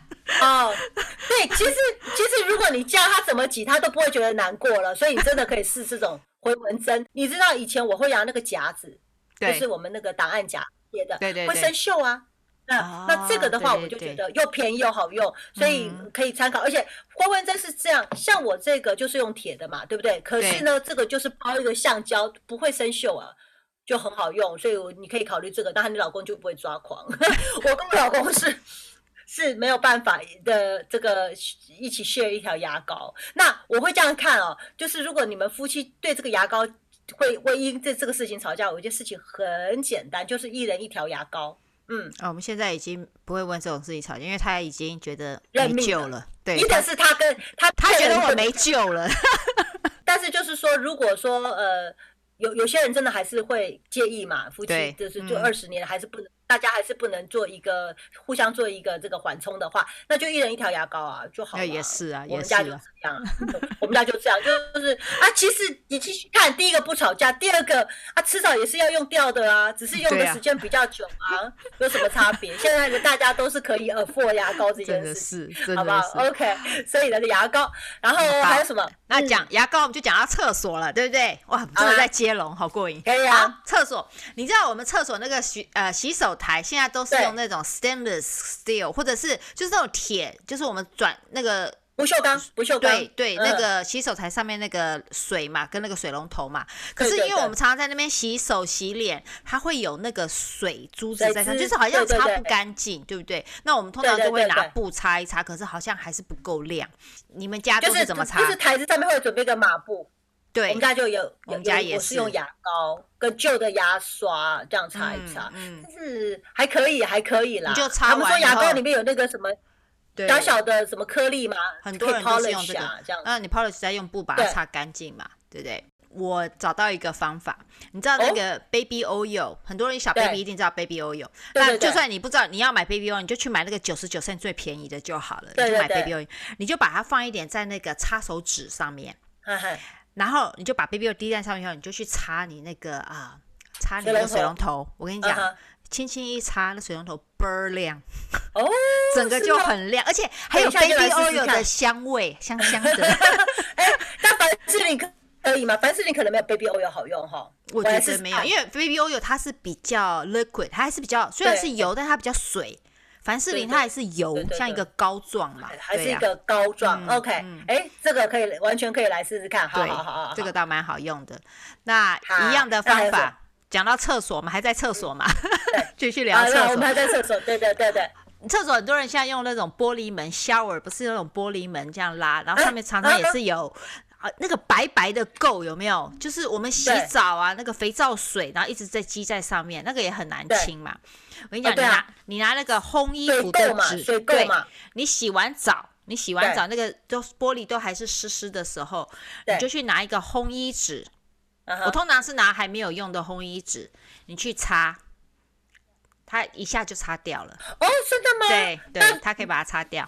[SPEAKER 1] 哦，对，其实其实如果你教他怎么挤，他都不会觉得难过了，所以你真的可以试这种回纹针。你知道以前我会拿那个夹子，就
[SPEAKER 2] 对
[SPEAKER 1] 是我们那个档案夹贴的，
[SPEAKER 2] 对对
[SPEAKER 1] 会
[SPEAKER 2] 对
[SPEAKER 1] 生锈啊。那、那这个的话，
[SPEAKER 2] 哦对对
[SPEAKER 1] 我就觉
[SPEAKER 2] 对嗯
[SPEAKER 1] 得又便宜又好用，所以可以参考。而且回纹针是这样，像我这个就是用铁的嘛，对不对？可是呢，这个就是包一个橡胶，不会生锈啊。就很好用，所以我你可以考虑这个，当然你老公就不会抓狂。 我跟我老公是是没有办法的，这个一起 share 一条牙膏。那我会这样看哦，就是如果你们夫妻对这个牙膏会会因这这个事情吵架，有一件事情很简单，就是一人一条牙膏。嗯，
[SPEAKER 2] 啊，我们现在已经不会问这种事情吵架，因为他已经觉得
[SPEAKER 1] 认
[SPEAKER 2] 没
[SPEAKER 1] 命
[SPEAKER 2] 救
[SPEAKER 1] 了
[SPEAKER 2] 了。对，
[SPEAKER 1] 一个是他跟他
[SPEAKER 2] 他觉
[SPEAKER 1] 骗
[SPEAKER 2] 得
[SPEAKER 1] 人
[SPEAKER 2] 我
[SPEAKER 1] 的
[SPEAKER 2] 没救 了。
[SPEAKER 1] 但是就是说，如果说呃，有有些人真的还是会介意嘛，夫
[SPEAKER 2] 对
[SPEAKER 1] 妻就是就
[SPEAKER 2] 嗯
[SPEAKER 1] 二十年还是不能，大家还是不能做一个互相做一个这个缓冲的话，那就一人一条牙膏啊就好
[SPEAKER 2] 那
[SPEAKER 1] 了。
[SPEAKER 2] 也是啊
[SPEAKER 1] 我
[SPEAKER 2] 也
[SPEAKER 1] 们
[SPEAKER 2] 是
[SPEAKER 1] 家就
[SPEAKER 2] 啊
[SPEAKER 1] 这样啊，我们家就这样，就是啊，其实你继续看，第一个不吵架，第二个啊，迟早也是要用掉的啊，只是用
[SPEAKER 2] 对
[SPEAKER 1] 的
[SPEAKER 2] 啊
[SPEAKER 1] 时间比较久啊，有什么差别？现在的大家都是可以 afford 牙膏这
[SPEAKER 2] 真
[SPEAKER 1] 件
[SPEAKER 2] 的
[SPEAKER 1] 事情。
[SPEAKER 2] 是，真
[SPEAKER 1] 好不好
[SPEAKER 2] 的是。
[SPEAKER 1] ？OK，所以呢，牙膏，然后
[SPEAKER 2] 好
[SPEAKER 1] 还有什么？
[SPEAKER 2] 那讲牙膏，我们就讲到厕所了，对不对？哇，真的在接龙，好过瘾。
[SPEAKER 1] 可以啊
[SPEAKER 2] 好，厕所，你知道我们厕所那个洗呃洗手台现在都是
[SPEAKER 1] 对
[SPEAKER 2] 用那种 stainless steel，或者是就是那种铁，就是我们转那个
[SPEAKER 1] 不锈钢，不锈钢，
[SPEAKER 2] 对对，
[SPEAKER 1] 嗯
[SPEAKER 2] 那个洗手台上面那个水嘛，跟那个水龙头嘛。可
[SPEAKER 1] 对
[SPEAKER 2] 是
[SPEAKER 1] 对
[SPEAKER 2] 因为我
[SPEAKER 1] 对
[SPEAKER 2] 们常常在那边洗手洗脸，它会有那个水珠子
[SPEAKER 1] 水
[SPEAKER 2] 在上，
[SPEAKER 1] 渍
[SPEAKER 2] 就是好像
[SPEAKER 1] 对对
[SPEAKER 2] 擦
[SPEAKER 1] 对
[SPEAKER 2] 不干净，对不对？那我们通常
[SPEAKER 1] 对对
[SPEAKER 2] 就会
[SPEAKER 1] 对
[SPEAKER 2] 拿
[SPEAKER 1] 对
[SPEAKER 2] 布擦一擦，可是好像还是不够亮。你们家
[SPEAKER 1] 就
[SPEAKER 2] 都
[SPEAKER 1] 是
[SPEAKER 2] 怎么擦
[SPEAKER 1] 就？是台子上面会准备一个马布，我
[SPEAKER 2] 对
[SPEAKER 1] 们，家就有，有
[SPEAKER 2] 我们家
[SPEAKER 1] 有
[SPEAKER 2] 也
[SPEAKER 1] 我
[SPEAKER 2] 是
[SPEAKER 1] 是用牙膏跟旧的牙刷这样擦一擦，
[SPEAKER 2] 嗯，嗯
[SPEAKER 1] 但是还可以，还可以啦。
[SPEAKER 2] 你就擦
[SPEAKER 1] 他们说
[SPEAKER 2] 完以
[SPEAKER 1] 牙
[SPEAKER 2] 后
[SPEAKER 1] 膏里面有那个什么
[SPEAKER 2] 对
[SPEAKER 1] 小小的什么颗粒嘛，
[SPEAKER 2] 很多人
[SPEAKER 1] 可以
[SPEAKER 2] 都是用
[SPEAKER 1] polish
[SPEAKER 2] 这嗯个
[SPEAKER 1] 啊，这样。
[SPEAKER 2] 那你 polish 再用布把它
[SPEAKER 1] 对
[SPEAKER 2] 擦干净嘛，对不对？我找到一个方法，你知道那个 baby oil，、很多人小
[SPEAKER 1] 哦对
[SPEAKER 2] baby 一定知道 baby oil。
[SPEAKER 1] 对
[SPEAKER 2] 那
[SPEAKER 1] 对对
[SPEAKER 2] 就算你不知道，你要买 baby oil，你就去买那个九十九 cent 最便宜的就好了，
[SPEAKER 1] 对
[SPEAKER 2] 你就买
[SPEAKER 1] 对
[SPEAKER 2] baby oil，你就把它放一点在那个擦手纸上面，
[SPEAKER 1] 嗨嗨
[SPEAKER 2] 然后你就把 baby oil 滴在上面以后，你就去擦你那个啊、擦你
[SPEAKER 1] 水
[SPEAKER 2] 的
[SPEAKER 1] 龙
[SPEAKER 2] 水
[SPEAKER 1] 头
[SPEAKER 2] 龙头。我跟你
[SPEAKER 1] 嗯
[SPEAKER 2] 讲
[SPEAKER 1] 哼，
[SPEAKER 2] 轻轻一擦，那水龙头倍儿亮。
[SPEAKER 1] 哦，
[SPEAKER 2] 整个
[SPEAKER 1] 是
[SPEAKER 2] 就
[SPEAKER 1] 吗
[SPEAKER 2] 很亮，而且还有
[SPEAKER 1] 等一
[SPEAKER 2] baby
[SPEAKER 1] 下就来试试
[SPEAKER 2] oil
[SPEAKER 1] 看
[SPEAKER 2] 的香味，香香的。
[SPEAKER 1] 哎，但凡士林可以吗？凡士林可能没有 baby oil 好用哈，
[SPEAKER 2] 我
[SPEAKER 1] 来
[SPEAKER 2] 觉
[SPEAKER 1] 试
[SPEAKER 2] 得
[SPEAKER 1] 试
[SPEAKER 2] 没有，
[SPEAKER 1] 看
[SPEAKER 2] 因为 baby oil 它是比较 liquid，它还是比较虽然
[SPEAKER 1] 对
[SPEAKER 2] 是油，但它比较水。凡士林
[SPEAKER 1] 对对
[SPEAKER 2] 它还是油
[SPEAKER 1] 对，对
[SPEAKER 2] 像一个膏状嘛，
[SPEAKER 1] 还是
[SPEAKER 2] 对
[SPEAKER 1] 一
[SPEAKER 2] 呀
[SPEAKER 1] 个膏状。
[SPEAKER 2] 嗯
[SPEAKER 1] OK，哎，这个可以完全可以来试试看，好
[SPEAKER 2] 对
[SPEAKER 1] 好好好，好，
[SPEAKER 2] 这个倒蛮好用的。那
[SPEAKER 1] 好
[SPEAKER 2] 一样的
[SPEAKER 1] 那还
[SPEAKER 2] 方
[SPEAKER 1] 有什
[SPEAKER 2] 法
[SPEAKER 1] 么，
[SPEAKER 2] 讲到厕所嘛，还在厕所嘛， 继续聊
[SPEAKER 1] 啊，那
[SPEAKER 2] 厕
[SPEAKER 1] 我们
[SPEAKER 2] 所。
[SPEAKER 1] 还在厕所，对对对对。
[SPEAKER 2] 厕所很多人现在用那种玻璃门，shower 不是那种玻璃门这样拉，然后
[SPEAKER 1] 啊
[SPEAKER 2] 上面常常也
[SPEAKER 1] 啊
[SPEAKER 2] 是有。啊，那个白白的垢有没有？就是我们洗
[SPEAKER 1] 对
[SPEAKER 2] 澡啊，那个肥皂水，然后一直在积在上面，那个也很难
[SPEAKER 1] 对
[SPEAKER 2] 清嘛。我跟你讲，
[SPEAKER 1] 啊对啊
[SPEAKER 2] 你拿你拿那个烘衣
[SPEAKER 1] 水
[SPEAKER 2] 服的
[SPEAKER 1] 垢嘛
[SPEAKER 2] 纸，
[SPEAKER 1] 水垢
[SPEAKER 2] 对
[SPEAKER 1] 嘛，
[SPEAKER 2] 你洗完澡，你洗完
[SPEAKER 1] 对
[SPEAKER 2] 澡那个都玻璃都还是湿湿的时候，你
[SPEAKER 1] 对
[SPEAKER 2] 就去拿一个烘衣纸，
[SPEAKER 1] 嗯
[SPEAKER 2] 我
[SPEAKER 1] 哼
[SPEAKER 2] 通常是拿还没有用的烘衣纸，你去擦，它一下就擦掉了。
[SPEAKER 1] 哦，真的 吗？
[SPEAKER 2] 对对，
[SPEAKER 1] 那
[SPEAKER 2] 它可以把它擦掉，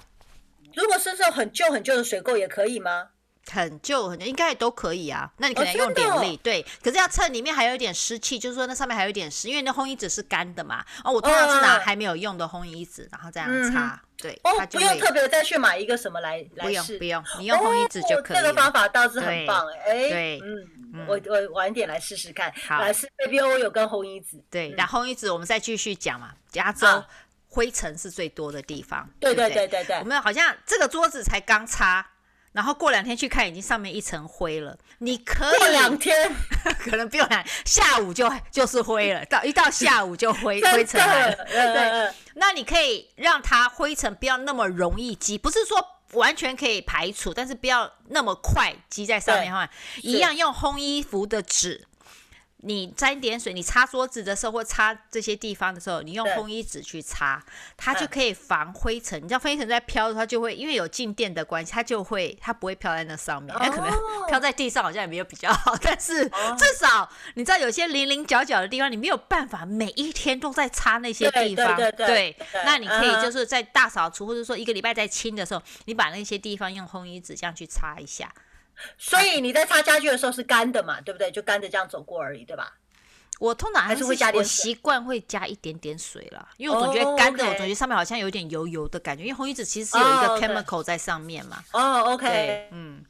[SPEAKER 1] 如果身上很旧很旧的水垢也可以吗？
[SPEAKER 2] 很旧很旧，应该都可以啊。那你可
[SPEAKER 1] 哦
[SPEAKER 2] 能用
[SPEAKER 1] 真的
[SPEAKER 2] 点
[SPEAKER 1] 哦
[SPEAKER 2] 力，对，可是要趁里面还有一点湿气，就是说那上面还有一点湿，因为那烘衣纸是干的嘛。哦，我通常是
[SPEAKER 1] 嗯
[SPEAKER 2] 拿
[SPEAKER 1] 嗯嗯
[SPEAKER 2] 还没有用的烘衣纸，然后这样
[SPEAKER 1] 嗯
[SPEAKER 2] 擦，对，
[SPEAKER 1] 哦
[SPEAKER 2] 它，就
[SPEAKER 1] 不
[SPEAKER 2] 会
[SPEAKER 1] 用特别再去买一个什么来来
[SPEAKER 2] 不用
[SPEAKER 1] 试，
[SPEAKER 2] 不用，你用烘衣纸就可以
[SPEAKER 1] 哦。这个
[SPEAKER 2] 了
[SPEAKER 1] 方。法倒是
[SPEAKER 2] 对
[SPEAKER 1] 很棒哎、哎
[SPEAKER 2] 对
[SPEAKER 1] 嗯，我我晚点来试试看，
[SPEAKER 2] 好
[SPEAKER 1] 来试 baby oil 跟红衣子。
[SPEAKER 2] 对，然后烘衣纸我们再继续讲嘛，加州
[SPEAKER 1] 好
[SPEAKER 2] 灰尘是最多的地方。
[SPEAKER 1] 嗯对
[SPEAKER 2] 对
[SPEAKER 1] 对
[SPEAKER 2] 不
[SPEAKER 1] 对对对
[SPEAKER 2] 我，们好像这个桌子才刚擦，然后过两天去看，已经上面一层灰了。你可
[SPEAKER 1] 过两
[SPEAKER 2] 以
[SPEAKER 1] 天
[SPEAKER 2] 可能不用来，下午就就是灰了，到一到下午就灰
[SPEAKER 1] 真的
[SPEAKER 2] 灰尘来了。
[SPEAKER 1] 嗯嗯
[SPEAKER 2] 对，那你可以让它灰尘不要那么容易积，不是说完全可以排除，但是不要那么快积在上面的话，一样用烘衣服的纸。你沾点水，你擦桌子的时候或擦这些地方的时候，你用
[SPEAKER 1] 对
[SPEAKER 2] 烘衣纸去擦，它就
[SPEAKER 1] 嗯
[SPEAKER 2] 可以防灰尘。你知道灰尘在飘的时候，它就会因为有静电的关系，它就会它不会飘在那上面，它可能
[SPEAKER 1] 哦
[SPEAKER 2] 飘在地上好像也没有比较好，但 是
[SPEAKER 1] 哦
[SPEAKER 2] 至少你知道有些零零角角的地方，你没有办法每一天都在擦那些
[SPEAKER 1] 对
[SPEAKER 2] 地
[SPEAKER 1] 对
[SPEAKER 2] 方。
[SPEAKER 1] 对对对
[SPEAKER 2] 那你可以
[SPEAKER 1] 嗯哼
[SPEAKER 2] 就是在大扫除或者说一个礼拜在清的时候，你把那些地方用烘衣纸这样去擦一下。
[SPEAKER 1] 所以你在擦家具的时候是干的嘛，对不对？就干着这样走过而已，对吧？
[SPEAKER 2] 我通常
[SPEAKER 1] 还是会加点
[SPEAKER 2] 我
[SPEAKER 1] 水
[SPEAKER 2] 习惯会加一点点水啦，因为我总觉得干的，
[SPEAKER 1] 哦，OK
[SPEAKER 2] 我总觉得上面好像有点油油的感觉，因为烘衣纸其实是有一
[SPEAKER 1] 哦
[SPEAKER 2] 个
[SPEAKER 1] ，OK
[SPEAKER 2] chemical 在上面嘛。
[SPEAKER 1] 哦
[SPEAKER 2] 对
[SPEAKER 1] ，OK，，
[SPEAKER 2] 嗯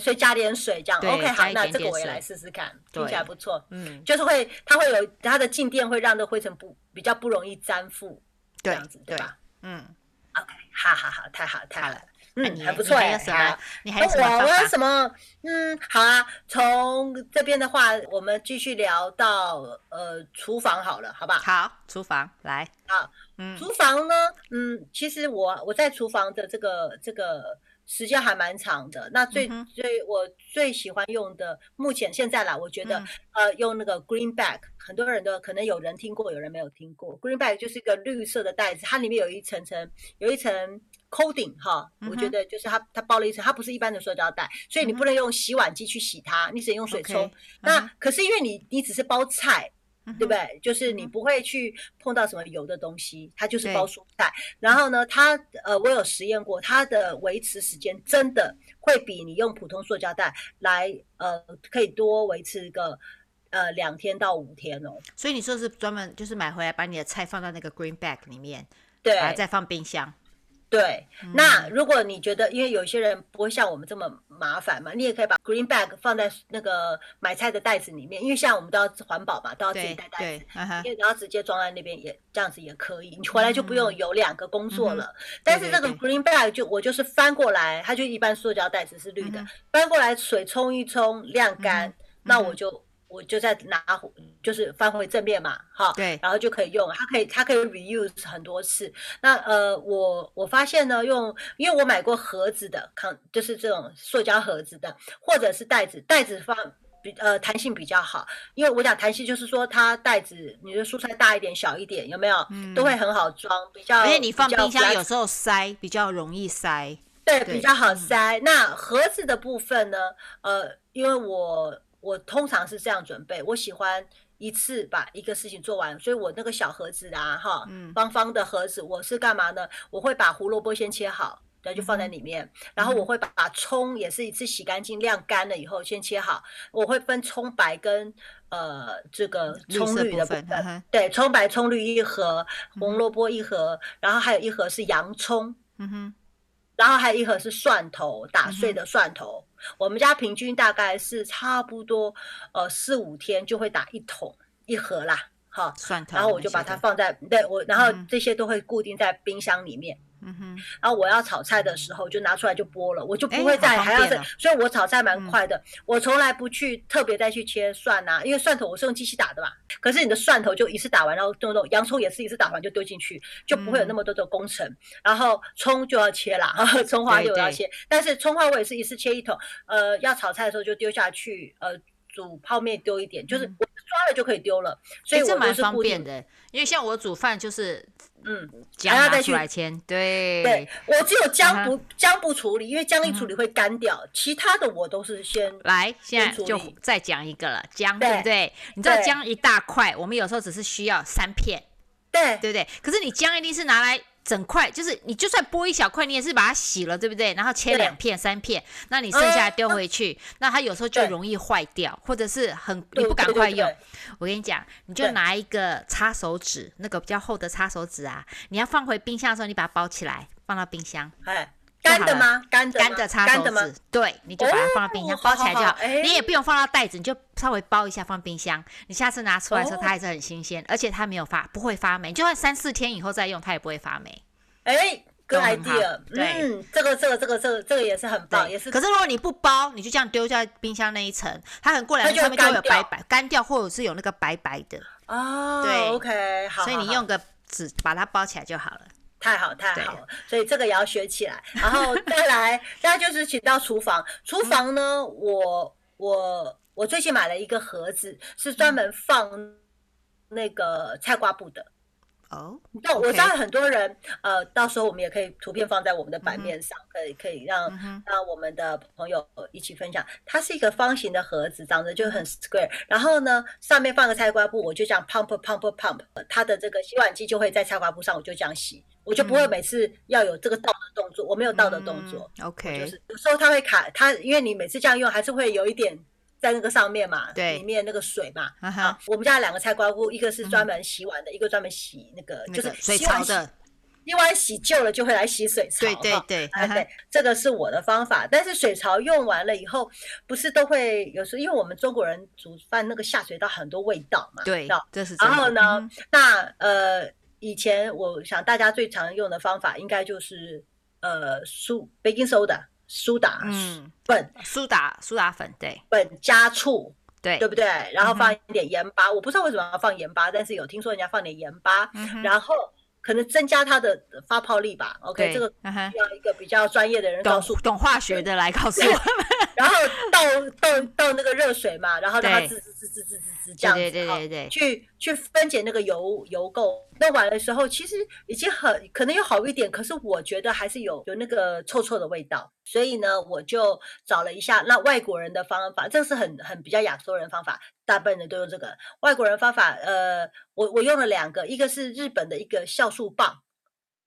[SPEAKER 1] 所以加点水这样
[SPEAKER 2] 对
[SPEAKER 1] ，OK，
[SPEAKER 2] 加
[SPEAKER 1] 好，
[SPEAKER 2] 一
[SPEAKER 1] 那
[SPEAKER 2] 点
[SPEAKER 1] 这个
[SPEAKER 2] 点
[SPEAKER 1] 我也
[SPEAKER 2] 水
[SPEAKER 1] 来试试看，
[SPEAKER 2] 对
[SPEAKER 1] 听起来不错，
[SPEAKER 2] 嗯，
[SPEAKER 1] 就是会它会有它的静电会让这灰尘不比较不容易粘附，这
[SPEAKER 2] 对
[SPEAKER 1] 样子
[SPEAKER 2] 对
[SPEAKER 1] 对，吧？
[SPEAKER 2] 嗯，
[SPEAKER 1] 好好好，太好了太好了，
[SPEAKER 2] 那
[SPEAKER 1] 嗯，
[SPEAKER 2] 你
[SPEAKER 1] 还不
[SPEAKER 2] 你
[SPEAKER 1] 错
[SPEAKER 2] 还
[SPEAKER 1] 哎，
[SPEAKER 2] 有什么
[SPEAKER 1] 好？
[SPEAKER 2] 你还
[SPEAKER 1] 那
[SPEAKER 2] 有什
[SPEAKER 1] 我
[SPEAKER 2] 么
[SPEAKER 1] 我有
[SPEAKER 2] 方法？
[SPEAKER 1] 什么？嗯，好啊。从这边的话，我们继续聊到呃厨房好了，好不好？
[SPEAKER 2] 好，厨房来，
[SPEAKER 1] 好，
[SPEAKER 2] 嗯
[SPEAKER 1] 厨房呢，嗯，其实我我在厨房的这个这个时间还蛮长的。那最、
[SPEAKER 2] 嗯哼
[SPEAKER 1] 最我最喜欢用的，目前现在啦，我觉得、
[SPEAKER 2] 嗯
[SPEAKER 1] 呃用那个 green bag，很多人都可能有人听过，有人没有听过。green bag 就是一个绿色的袋子，它里面有一层层有一层。coating 哈，
[SPEAKER 2] 嗯
[SPEAKER 1] 我
[SPEAKER 2] 哼
[SPEAKER 1] 觉得就是它它包了一层，它不是一般的塑胶袋，所以你
[SPEAKER 2] 嗯哼
[SPEAKER 1] 不能用洗碗机去洗它，你只能用水
[SPEAKER 2] OK，
[SPEAKER 1] 冲。
[SPEAKER 2] 嗯
[SPEAKER 1] 那
[SPEAKER 2] 哼
[SPEAKER 1] 可是因为你你只是包菜，对不
[SPEAKER 2] 对？
[SPEAKER 1] 对？就是你
[SPEAKER 2] 嗯哼
[SPEAKER 1] 不会去碰到什么油的东西，它就是
[SPEAKER 2] 对
[SPEAKER 1] 包蔬菜。然后呢，它呃，我有实验过，它的维持时间真的会比你用普通塑胶袋来呃，可以多维持个呃两天到五天哦。
[SPEAKER 2] 嗯所以你说是专门就是买回来把你的菜放到那个 green bag 里面，
[SPEAKER 1] 对
[SPEAKER 2] 把它再放冰箱。
[SPEAKER 1] 对，
[SPEAKER 2] 嗯
[SPEAKER 1] 那如果你觉得，因为有些人不会像我们这么麻烦嘛，你也可以把 green bag 放在那个买菜的袋子里面，因为现在我们都要环保嘛，都要自己
[SPEAKER 2] 对
[SPEAKER 1] 带袋子。
[SPEAKER 2] 对，嗯哼
[SPEAKER 1] 因为然后直接装在那边也这样子也可以，你回来就不用有两个工作了。但是这个
[SPEAKER 2] 嗯对
[SPEAKER 1] green bag 就我就是翻过来，它就一般塑胶袋子是绿的，
[SPEAKER 2] 嗯
[SPEAKER 1] 翻过来水冲一冲晾干，那我就我就再拿回就是翻回正面嘛，哈，
[SPEAKER 2] 对
[SPEAKER 1] 然后就可以用，它可以它可以 reuse 很多次。那呃，我我发现呢，用因为我买过盒子的，康就是这种塑胶盒子的，或者是袋子，袋子放比呃弹性比较好，因为我讲弹性就是说它袋子你的蔬菜大一点小一点有没有，都会很好装，比较
[SPEAKER 2] 而且嗯你放
[SPEAKER 1] 比较
[SPEAKER 2] 冰箱
[SPEAKER 1] flex-
[SPEAKER 2] 有时候塞比较容易塞。
[SPEAKER 1] 对
[SPEAKER 2] 对嗯
[SPEAKER 1] 比较好塞。那盒子的部分呢，呃，因为我我通常是这样准备，我喜欢。一次把一个事情做完，所以我那个小盒子啊，哈，
[SPEAKER 2] 嗯
[SPEAKER 1] 方方的盒子，我是干嘛呢？我会把胡萝卜先切好，然后就
[SPEAKER 2] 嗯
[SPEAKER 1] 放在里面，然后我会把把葱也是一次洗干净、晾干了以后先切好，我会分葱白跟呃这个
[SPEAKER 2] 绿
[SPEAKER 1] 葱
[SPEAKER 2] 色
[SPEAKER 1] 绿
[SPEAKER 2] 部
[SPEAKER 1] 的
[SPEAKER 2] 分嗯哼
[SPEAKER 1] 对，葱白、葱绿一盒，
[SPEAKER 2] 嗯哼
[SPEAKER 1] 红萝卜一盒，然后还有一盒是洋葱，
[SPEAKER 2] 嗯哼，
[SPEAKER 1] 然后还有一盒是蒜头，
[SPEAKER 2] 嗯
[SPEAKER 1] 打碎的蒜头。我们家平均大概是差不多呃四五天就会打一桶一盒啦，哈。
[SPEAKER 2] 蒜头。
[SPEAKER 1] 然后我就把它。放在对我，然后这些都会固定在冰箱里面。
[SPEAKER 2] 嗯哼，
[SPEAKER 1] 然后我要炒菜的时候就拿出来就剥了，我就
[SPEAKER 2] 哎
[SPEAKER 1] 不会再
[SPEAKER 2] 好方
[SPEAKER 1] 还要
[SPEAKER 2] 便
[SPEAKER 1] 再
[SPEAKER 2] 哦，
[SPEAKER 1] 所以我炒菜蛮快的，我从来不去特别再去切蒜呐、因为蒜头我是用机器打的嘛。可是你的蒜头就一次打完，然后弄弄，洋葱也是一次打完就丢进去，就不会有
[SPEAKER 2] 嗯
[SPEAKER 1] 那么多的工程。然后葱就要切啦， 葱花
[SPEAKER 2] 对
[SPEAKER 1] 就要
[SPEAKER 2] 对
[SPEAKER 1] 切，但是葱花我也是一次切一桶，呃，要炒菜的时候就丢下去，呃，煮泡面丢一点，就是
[SPEAKER 2] 嗯
[SPEAKER 1] 我抓了就可以丢了，所
[SPEAKER 2] 所
[SPEAKER 1] 以
[SPEAKER 2] 以
[SPEAKER 1] 我
[SPEAKER 2] 这
[SPEAKER 1] 都
[SPEAKER 2] 蛮
[SPEAKER 1] 是
[SPEAKER 2] 方
[SPEAKER 1] 固定
[SPEAKER 2] 便，的，因为像我煮饭就是
[SPEAKER 1] 嗯。
[SPEAKER 2] 姜
[SPEAKER 1] 还要
[SPEAKER 2] 拿
[SPEAKER 1] 再
[SPEAKER 2] 出
[SPEAKER 1] 去
[SPEAKER 2] 来签，对
[SPEAKER 1] 对，我只有姜
[SPEAKER 2] 啊哈
[SPEAKER 1] 不姜不处理，因为姜一处
[SPEAKER 2] 嗯
[SPEAKER 1] 理会干掉，其他的我都是先
[SPEAKER 2] 来，现在
[SPEAKER 1] 处
[SPEAKER 2] 就
[SPEAKER 1] 理
[SPEAKER 2] 再讲一个了，姜
[SPEAKER 1] 对
[SPEAKER 2] 对不对？你知道
[SPEAKER 1] 对
[SPEAKER 2] 姜一大块，我们有时候只是需要三片，
[SPEAKER 1] 对
[SPEAKER 2] 对不对？可是你姜一定是拿来整块，就是你就算剥一小块，你也是把它洗了，对不对？然后切
[SPEAKER 1] 对
[SPEAKER 2] 两片、三片，那你剩下
[SPEAKER 1] 嗯
[SPEAKER 2] 丢回去，那它有时候就
[SPEAKER 1] 对
[SPEAKER 2] 容易坏掉，或者是很你
[SPEAKER 1] 对
[SPEAKER 2] 不赶
[SPEAKER 1] 对对
[SPEAKER 2] 快
[SPEAKER 1] 对
[SPEAKER 2] 用。我跟你讲，你就
[SPEAKER 1] 对
[SPEAKER 2] 拿一个擦手纸，那个比较厚的擦手纸啊，你要放回冰箱的时候，你把它包起来，放到冰箱。
[SPEAKER 1] 哎，
[SPEAKER 2] 就
[SPEAKER 1] 干
[SPEAKER 2] 好
[SPEAKER 1] 的
[SPEAKER 2] 了
[SPEAKER 1] 吗？干的
[SPEAKER 2] 干
[SPEAKER 1] 吗
[SPEAKER 2] 的擦
[SPEAKER 1] 干
[SPEAKER 2] 手
[SPEAKER 1] 的吗
[SPEAKER 2] 指？，对，你就把它放到冰箱、
[SPEAKER 1] 哦
[SPEAKER 2] 包起来就
[SPEAKER 1] 好
[SPEAKER 2] 好
[SPEAKER 1] 好好。哎
[SPEAKER 2] 你也不用放到袋子，你就稍微包一下放冰箱。你下次拿出来的时候，
[SPEAKER 1] 哦
[SPEAKER 2] 它还是很新鲜，而且它没有发，不会发霉。就算三四天以后再用，它也不会发霉。
[SPEAKER 1] 哎，good
[SPEAKER 2] 都很好
[SPEAKER 1] idea，
[SPEAKER 2] 对
[SPEAKER 1] 嗯，这个这个这个这个这个也是很哦棒，也是
[SPEAKER 2] 可是如果你不包，你就这样丢在冰箱那一层，它可能过两
[SPEAKER 1] 它
[SPEAKER 2] 天
[SPEAKER 1] 就
[SPEAKER 2] 上面就会
[SPEAKER 1] 干
[SPEAKER 2] 有白
[SPEAKER 1] 掉
[SPEAKER 2] 白干掉，或者是有那个白白的。
[SPEAKER 1] 哦
[SPEAKER 2] 对
[SPEAKER 1] ，OK，好，
[SPEAKER 2] 所以
[SPEAKER 1] 好
[SPEAKER 2] 你
[SPEAKER 1] 好
[SPEAKER 2] 用个纸把它包起来就好了。
[SPEAKER 1] 太好太好了，所以这个也要学起来。然后再来，再来就是请到厨房， 厨房呢，
[SPEAKER 2] 嗯
[SPEAKER 1] 我我我最近买了一个盒子，是专
[SPEAKER 2] 嗯
[SPEAKER 1] 门放那个菜瓜布的。
[SPEAKER 3] 哦，
[SPEAKER 1] 那我
[SPEAKER 3] OK
[SPEAKER 1] 知道很多人，呃，到时候我们也可以图片放在我们的版面上，可以可以让
[SPEAKER 3] 嗯哼
[SPEAKER 1] 让我们的朋友一起分享。它是一个方形的盒子，长得就很 square，然后呢，上面放个菜瓜布，我就这样 pump pump pump，它的这个洗碗机就会在菜瓜布上，我就这样洗，我就不会每次要有这个倒的动作，我没有倒的动作，
[SPEAKER 3] 嗯，OK，
[SPEAKER 1] 就是有时候它会卡，它因为你每次这样用，还是会有一点在那个上面嘛，
[SPEAKER 3] 对
[SPEAKER 1] 里面那个水嘛，
[SPEAKER 3] 啊
[SPEAKER 1] 啊
[SPEAKER 3] 哈，，
[SPEAKER 1] 我们家有两个菜瓜布，一个是专门洗碗的，一个专门洗那个
[SPEAKER 3] 嗯那
[SPEAKER 1] 就是
[SPEAKER 3] 个水
[SPEAKER 1] 洗碗
[SPEAKER 3] 槽的，
[SPEAKER 1] 洗，洗碗洗旧了就会来洗水槽。
[SPEAKER 3] 对对
[SPEAKER 1] 哈。
[SPEAKER 3] 对，
[SPEAKER 1] 哎，
[SPEAKER 3] 啊哈
[SPEAKER 1] 对，这个是我的方法。但是水槽用完了以后，不是都会有时候，因为我们中国人煮饭那个下水道很多味道嘛，
[SPEAKER 3] 对
[SPEAKER 1] 道，
[SPEAKER 3] 这是真
[SPEAKER 1] 然
[SPEAKER 3] 的。
[SPEAKER 1] 后呢，
[SPEAKER 3] 嗯哼？
[SPEAKER 1] 那呃，以前我想大家最常用的方法应该就是呃苏 baking soda 苏打、
[SPEAKER 3] 嗯，
[SPEAKER 1] 粉
[SPEAKER 3] 苏打苏打粉，对
[SPEAKER 1] 粉加醋，
[SPEAKER 3] 对
[SPEAKER 1] 对不对？然后
[SPEAKER 3] 嗯哼
[SPEAKER 1] 放一点盐巴，我不知道为什么要放盐巴，但是有听说人家放点盐巴，
[SPEAKER 3] 嗯哼
[SPEAKER 1] 然后可能增加它的发泡力吧。OK，
[SPEAKER 3] 对，
[SPEAKER 1] 这个
[SPEAKER 2] 嗯
[SPEAKER 3] 啊哈
[SPEAKER 1] 需要一个比较专业的人告
[SPEAKER 3] 懂
[SPEAKER 1] 诉我。
[SPEAKER 3] 懂化学的来告诉
[SPEAKER 1] 对
[SPEAKER 3] 我，
[SPEAKER 1] 然后倒倒倒那个热水嘛，然后让它
[SPEAKER 3] 对
[SPEAKER 1] 滋滋滋滋滋滋滋 这样子
[SPEAKER 3] 对对
[SPEAKER 1] 哈
[SPEAKER 3] 对对
[SPEAKER 1] 去去分解那个油油垢。弄完的时候，其实已经很可能有好一点，可是我觉得还是有有那个臭臭的味道。所以呢，我就找了一下那外国人的方法，这是很很比较亚洲人的方法，大部分人都用这个外国人方法。呃，我我用了两个，一个是日本的一个酵素棒，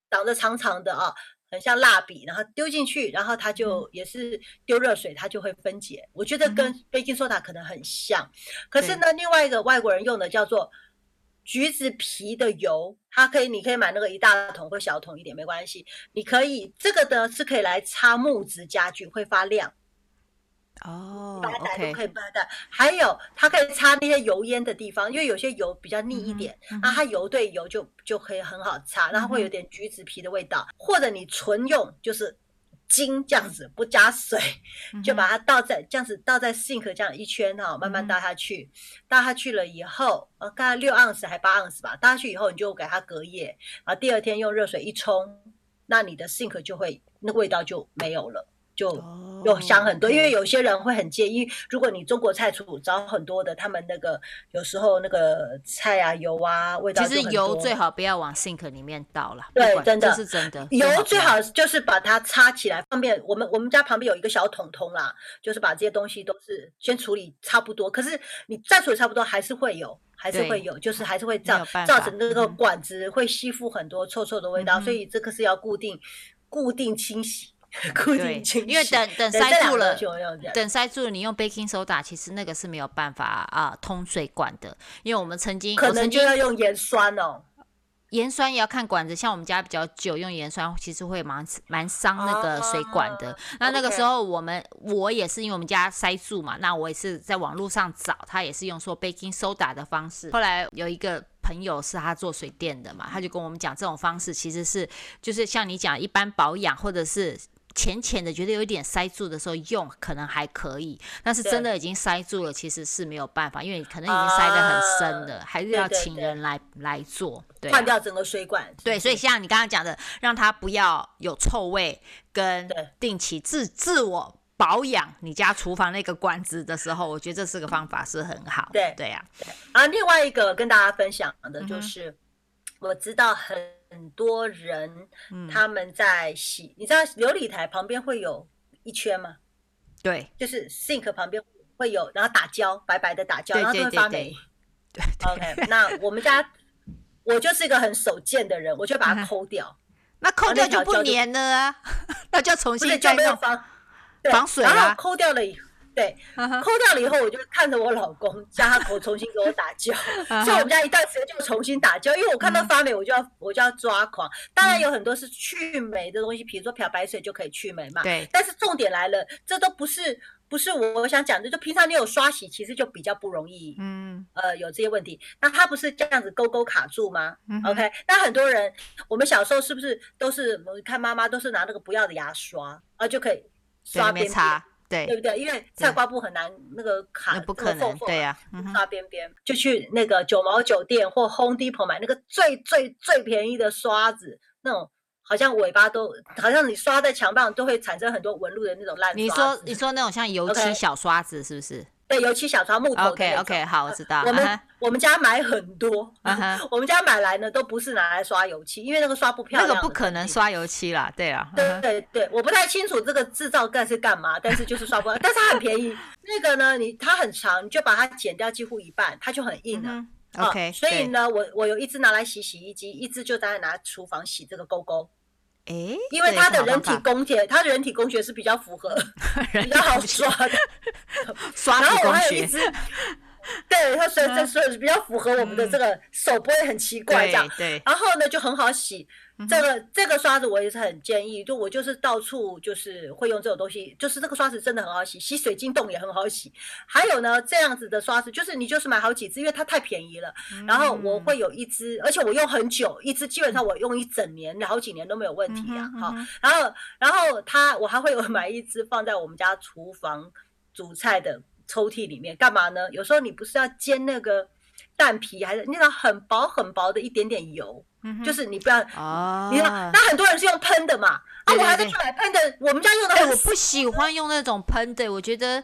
[SPEAKER 1] 长得长长的啊，很像蜡笔，然后丢进去，然后它就也是丢热水，它就会分解。我觉得跟 baking soda 可能很像，可是呢，另外一个外国人用的叫做橘子皮的油，它可以，你可以买那个一大桶或小桶一点没关系，你可以这个呢是可以来擦木质家具，会发亮，
[SPEAKER 3] 哦
[SPEAKER 1] 发带都
[SPEAKER 3] ，OK，
[SPEAKER 1] 可以发带。还有它可以擦那些油烟的地方，因为有些油比较腻一
[SPEAKER 3] 嗯哼
[SPEAKER 1] 点，
[SPEAKER 3] 嗯
[SPEAKER 1] 那
[SPEAKER 3] 哼
[SPEAKER 1] 它油对油就就可以很好擦，然后会有
[SPEAKER 3] 嗯
[SPEAKER 1] 点橘子皮的味道，或者你纯用就是精这样子，不加水，
[SPEAKER 2] 嗯
[SPEAKER 1] 就把它倒在这样子倒在 sink 这样一圈哈、慢慢
[SPEAKER 3] 嗯
[SPEAKER 1] 倒下去，倒下去了以后，呃，大概六盎司还八盎司吧，倒下去以后你就给它隔夜，然后第二天用热水一冲，那你的 sink 就会那味道就没有了，就。
[SPEAKER 3] 哦
[SPEAKER 1] 有香很多，因为有些人会很介意，如果你中国菜厨找很多的，他们那个有时候那个菜啊油啊味道就
[SPEAKER 2] 其实
[SPEAKER 1] 很
[SPEAKER 2] 油
[SPEAKER 1] 多
[SPEAKER 2] 最好不要往 sink 里面倒了，
[SPEAKER 1] 对
[SPEAKER 2] 不管
[SPEAKER 1] 真的
[SPEAKER 2] 这是真的。
[SPEAKER 1] 油最
[SPEAKER 2] 不
[SPEAKER 1] 好就是把它擦起来，方便我们我们家旁边有一个小桶桶啦，就是把这些东西都是先处理差不多。可是你再处理差不多，还是会有，还是
[SPEAKER 2] 对
[SPEAKER 1] 会有，就是还是会
[SPEAKER 2] 有
[SPEAKER 1] 造
[SPEAKER 2] 办
[SPEAKER 1] 造
[SPEAKER 2] 法
[SPEAKER 1] 成那个
[SPEAKER 2] 嗯
[SPEAKER 1] 管子会吸附很多臭臭的味道，
[SPEAKER 3] 嗯
[SPEAKER 1] 所以这个是要固定、固定清洗、固
[SPEAKER 2] 对
[SPEAKER 1] 定清洗。，
[SPEAKER 2] 因为等
[SPEAKER 1] 对
[SPEAKER 2] 等
[SPEAKER 1] 这
[SPEAKER 2] 塞
[SPEAKER 1] 两
[SPEAKER 2] 住
[SPEAKER 1] 个
[SPEAKER 2] 了，
[SPEAKER 1] 就要这样
[SPEAKER 2] 等塞住了，你用 baking soda，其实那个是没有办法啊、通水管的，因为我们曾经
[SPEAKER 1] 可
[SPEAKER 2] 我
[SPEAKER 1] 能
[SPEAKER 2] 曾
[SPEAKER 1] 就
[SPEAKER 2] 经
[SPEAKER 1] 要用盐酸哦。
[SPEAKER 2] 盐酸也要看管子，像我们家比较久用盐酸，其实会蛮蛮伤那个水管的。
[SPEAKER 1] 啊
[SPEAKER 2] 那那个
[SPEAKER 1] OK
[SPEAKER 2] 时候我们我也是因为我们家塞住嘛，那我也是在网络上找，他也是用说 baking soda 的方式。后来有一个。朋友是他做水电的嘛，
[SPEAKER 1] 嗯
[SPEAKER 2] 他就跟我们讲，这种方式其实是就是像你讲一般保养或者是浅浅的觉得有一点塞住的时候用可能还可以，但是真
[SPEAKER 1] 对
[SPEAKER 2] 的已经塞住了，其实是没有办法，因为你可能已经塞得很深了，还是
[SPEAKER 1] 对
[SPEAKER 2] 要
[SPEAKER 1] 哦对
[SPEAKER 2] 请
[SPEAKER 1] 对
[SPEAKER 2] 人来来做。对啊、
[SPEAKER 1] 换掉整个水管。
[SPEAKER 2] 对，所以像你刚刚讲的，让它不要有臭味，跟
[SPEAKER 1] 对
[SPEAKER 2] 定期自自我保养你家厨房那个管子的时候，我觉得这是个方法是很好的。
[SPEAKER 1] 对
[SPEAKER 2] 对呀、
[SPEAKER 1] 啊，另外一个跟大家分享的
[SPEAKER 3] 嗯
[SPEAKER 1] 就
[SPEAKER 3] 哼
[SPEAKER 1] 是，我知道很多人
[SPEAKER 3] 嗯
[SPEAKER 1] 他们在洗，你知道琉璃台旁边会有一圈吗？
[SPEAKER 2] 对
[SPEAKER 1] 就是 sink 旁边会有，然后打胶，白白的打胶，
[SPEAKER 2] 对
[SPEAKER 1] 然后
[SPEAKER 2] 对
[SPEAKER 1] 都会
[SPEAKER 2] 对
[SPEAKER 1] 发
[SPEAKER 2] 对
[SPEAKER 1] 霉。OK，那我们家我就是一个很手贱的人，我就
[SPEAKER 2] 嗯
[SPEAKER 1] 把它抠掉，
[SPEAKER 3] 那扣
[SPEAKER 1] 哦
[SPEAKER 3] 掉
[SPEAKER 1] 那条
[SPEAKER 3] 就不
[SPEAKER 1] 胶就
[SPEAKER 3] 粘了啊， 那就要重
[SPEAKER 1] 不是
[SPEAKER 3] 新
[SPEAKER 1] 就
[SPEAKER 3] 再
[SPEAKER 1] 没有
[SPEAKER 3] 弄。
[SPEAKER 1] 防对
[SPEAKER 3] 防水啊
[SPEAKER 1] 然
[SPEAKER 3] 啦
[SPEAKER 1] 后抠掉了以对，
[SPEAKER 3] 啊哈
[SPEAKER 1] 抠掉了以后，我就看着我老公，叫他给我重 新给我打胶，
[SPEAKER 3] 啊哈
[SPEAKER 1] 所以我们家一段时间就重新打胶，因为我
[SPEAKER 3] 嗯
[SPEAKER 1] 看到发霉，我就要我就要抓狂。当然有很多是去霉的东西，比如说漂白水就可以去霉嘛。
[SPEAKER 3] 对，
[SPEAKER 1] 但是重点来了，这都不是不是我想讲的，就平常你有刷洗，其实就比较不容易
[SPEAKER 3] 嗯
[SPEAKER 1] 呃有这些问题。那它不是这样子勾勾卡住吗？
[SPEAKER 3] 嗯哼
[SPEAKER 1] OK，那很多人，我们小时候是不是都是我看妈妈都是拿那个不要的牙刷啊就可以
[SPEAKER 3] 在那
[SPEAKER 1] 刷边
[SPEAKER 3] 边
[SPEAKER 1] 边，
[SPEAKER 3] 擦，对
[SPEAKER 1] 对，不对？因为菜瓜布很难那个卡，
[SPEAKER 3] 那不
[SPEAKER 1] 那个
[SPEAKER 3] 可能
[SPEAKER 1] 缝，缝
[SPEAKER 3] 对
[SPEAKER 1] 啊
[SPEAKER 3] 呀、嗯哼
[SPEAKER 1] 刷边边，就去那个九毛九店或 Home Depot 买那个最最最便宜的刷子，那种好像尾巴都好像你刷在墙上都会产生很多纹路的那种烂刷子。
[SPEAKER 2] 你说你说那种像油漆
[SPEAKER 1] OK
[SPEAKER 2] 小刷子是不是
[SPEAKER 1] 对，油漆小刷木头的
[SPEAKER 2] ？OK
[SPEAKER 1] 那种
[SPEAKER 2] OK，好，我知
[SPEAKER 3] 啊
[SPEAKER 2] 道。
[SPEAKER 1] 我
[SPEAKER 2] 嗯
[SPEAKER 1] 们、
[SPEAKER 2] 哼
[SPEAKER 1] 我们家买很多，
[SPEAKER 2] 嗯哼，
[SPEAKER 1] 我们家买来呢都不是拿来刷油漆，因为那个刷不漂
[SPEAKER 2] 那
[SPEAKER 1] 亮，
[SPEAKER 2] 个不可能。刷油漆啦，对啊。嗯
[SPEAKER 1] 对
[SPEAKER 2] 哼
[SPEAKER 1] 对对，我不太清楚这个制造干是干嘛，但是就是刷不，但是它很便宜。那个呢，你它很长，你就把它剪掉几乎一半，它就很硬了。
[SPEAKER 2] 嗯哼
[SPEAKER 1] 啊
[SPEAKER 2] ，OK，
[SPEAKER 1] 所以
[SPEAKER 2] 对，
[SPEAKER 1] 呢，我我有一只拿来洗洗衣机，一只就拿来拿厨房洗这个勾勾，
[SPEAKER 2] 诶，
[SPEAKER 1] 因为
[SPEAKER 2] 这也
[SPEAKER 1] 它
[SPEAKER 2] 是
[SPEAKER 1] 的
[SPEAKER 2] 好
[SPEAKER 1] 人
[SPEAKER 2] 办
[SPEAKER 1] 体
[SPEAKER 2] 法
[SPEAKER 1] 工学，它的人体工学是比较符合比
[SPEAKER 2] 人
[SPEAKER 1] 较好
[SPEAKER 2] 工
[SPEAKER 1] 刷的。
[SPEAKER 2] 刷
[SPEAKER 1] 然
[SPEAKER 2] 子
[SPEAKER 1] 后我
[SPEAKER 2] 工
[SPEAKER 1] 还有一
[SPEAKER 2] 学，
[SPEAKER 1] 只，
[SPEAKER 2] 嗯
[SPEAKER 1] 对，它所以这所以比较符合我们的这个手不会很奇怪这样
[SPEAKER 2] 对。对，
[SPEAKER 1] 然后呢就很好洗。这个这个刷子我也是很建议，就我就是到处就是会用这种东西，就是这个刷子真的很好洗，洗水晶洞也很好洗。还有呢，这样子的刷子就是你就是买好几支，因为它太便宜了。
[SPEAKER 2] 嗯
[SPEAKER 1] 然后我会有一支，而且我用很久，一支基本上我用一整年，好几年都没有问
[SPEAKER 2] 嗯
[SPEAKER 1] 题啊。好，然后然后它我还会有买一支放在我们家厨房煮菜的抽屉里面，干嘛呢？有时候你不是要煎那个蛋皮，还是那个很薄很薄的一点点油，就是你不要，
[SPEAKER 2] 嗯哦，
[SPEAKER 1] 你看，那很多人是用喷的嘛，啊，
[SPEAKER 2] 对对
[SPEAKER 1] 我还在
[SPEAKER 2] 对
[SPEAKER 1] 去买喷的，我们家用的
[SPEAKER 2] 哎、
[SPEAKER 1] 很
[SPEAKER 2] 我不喜欢用那种喷的，我觉得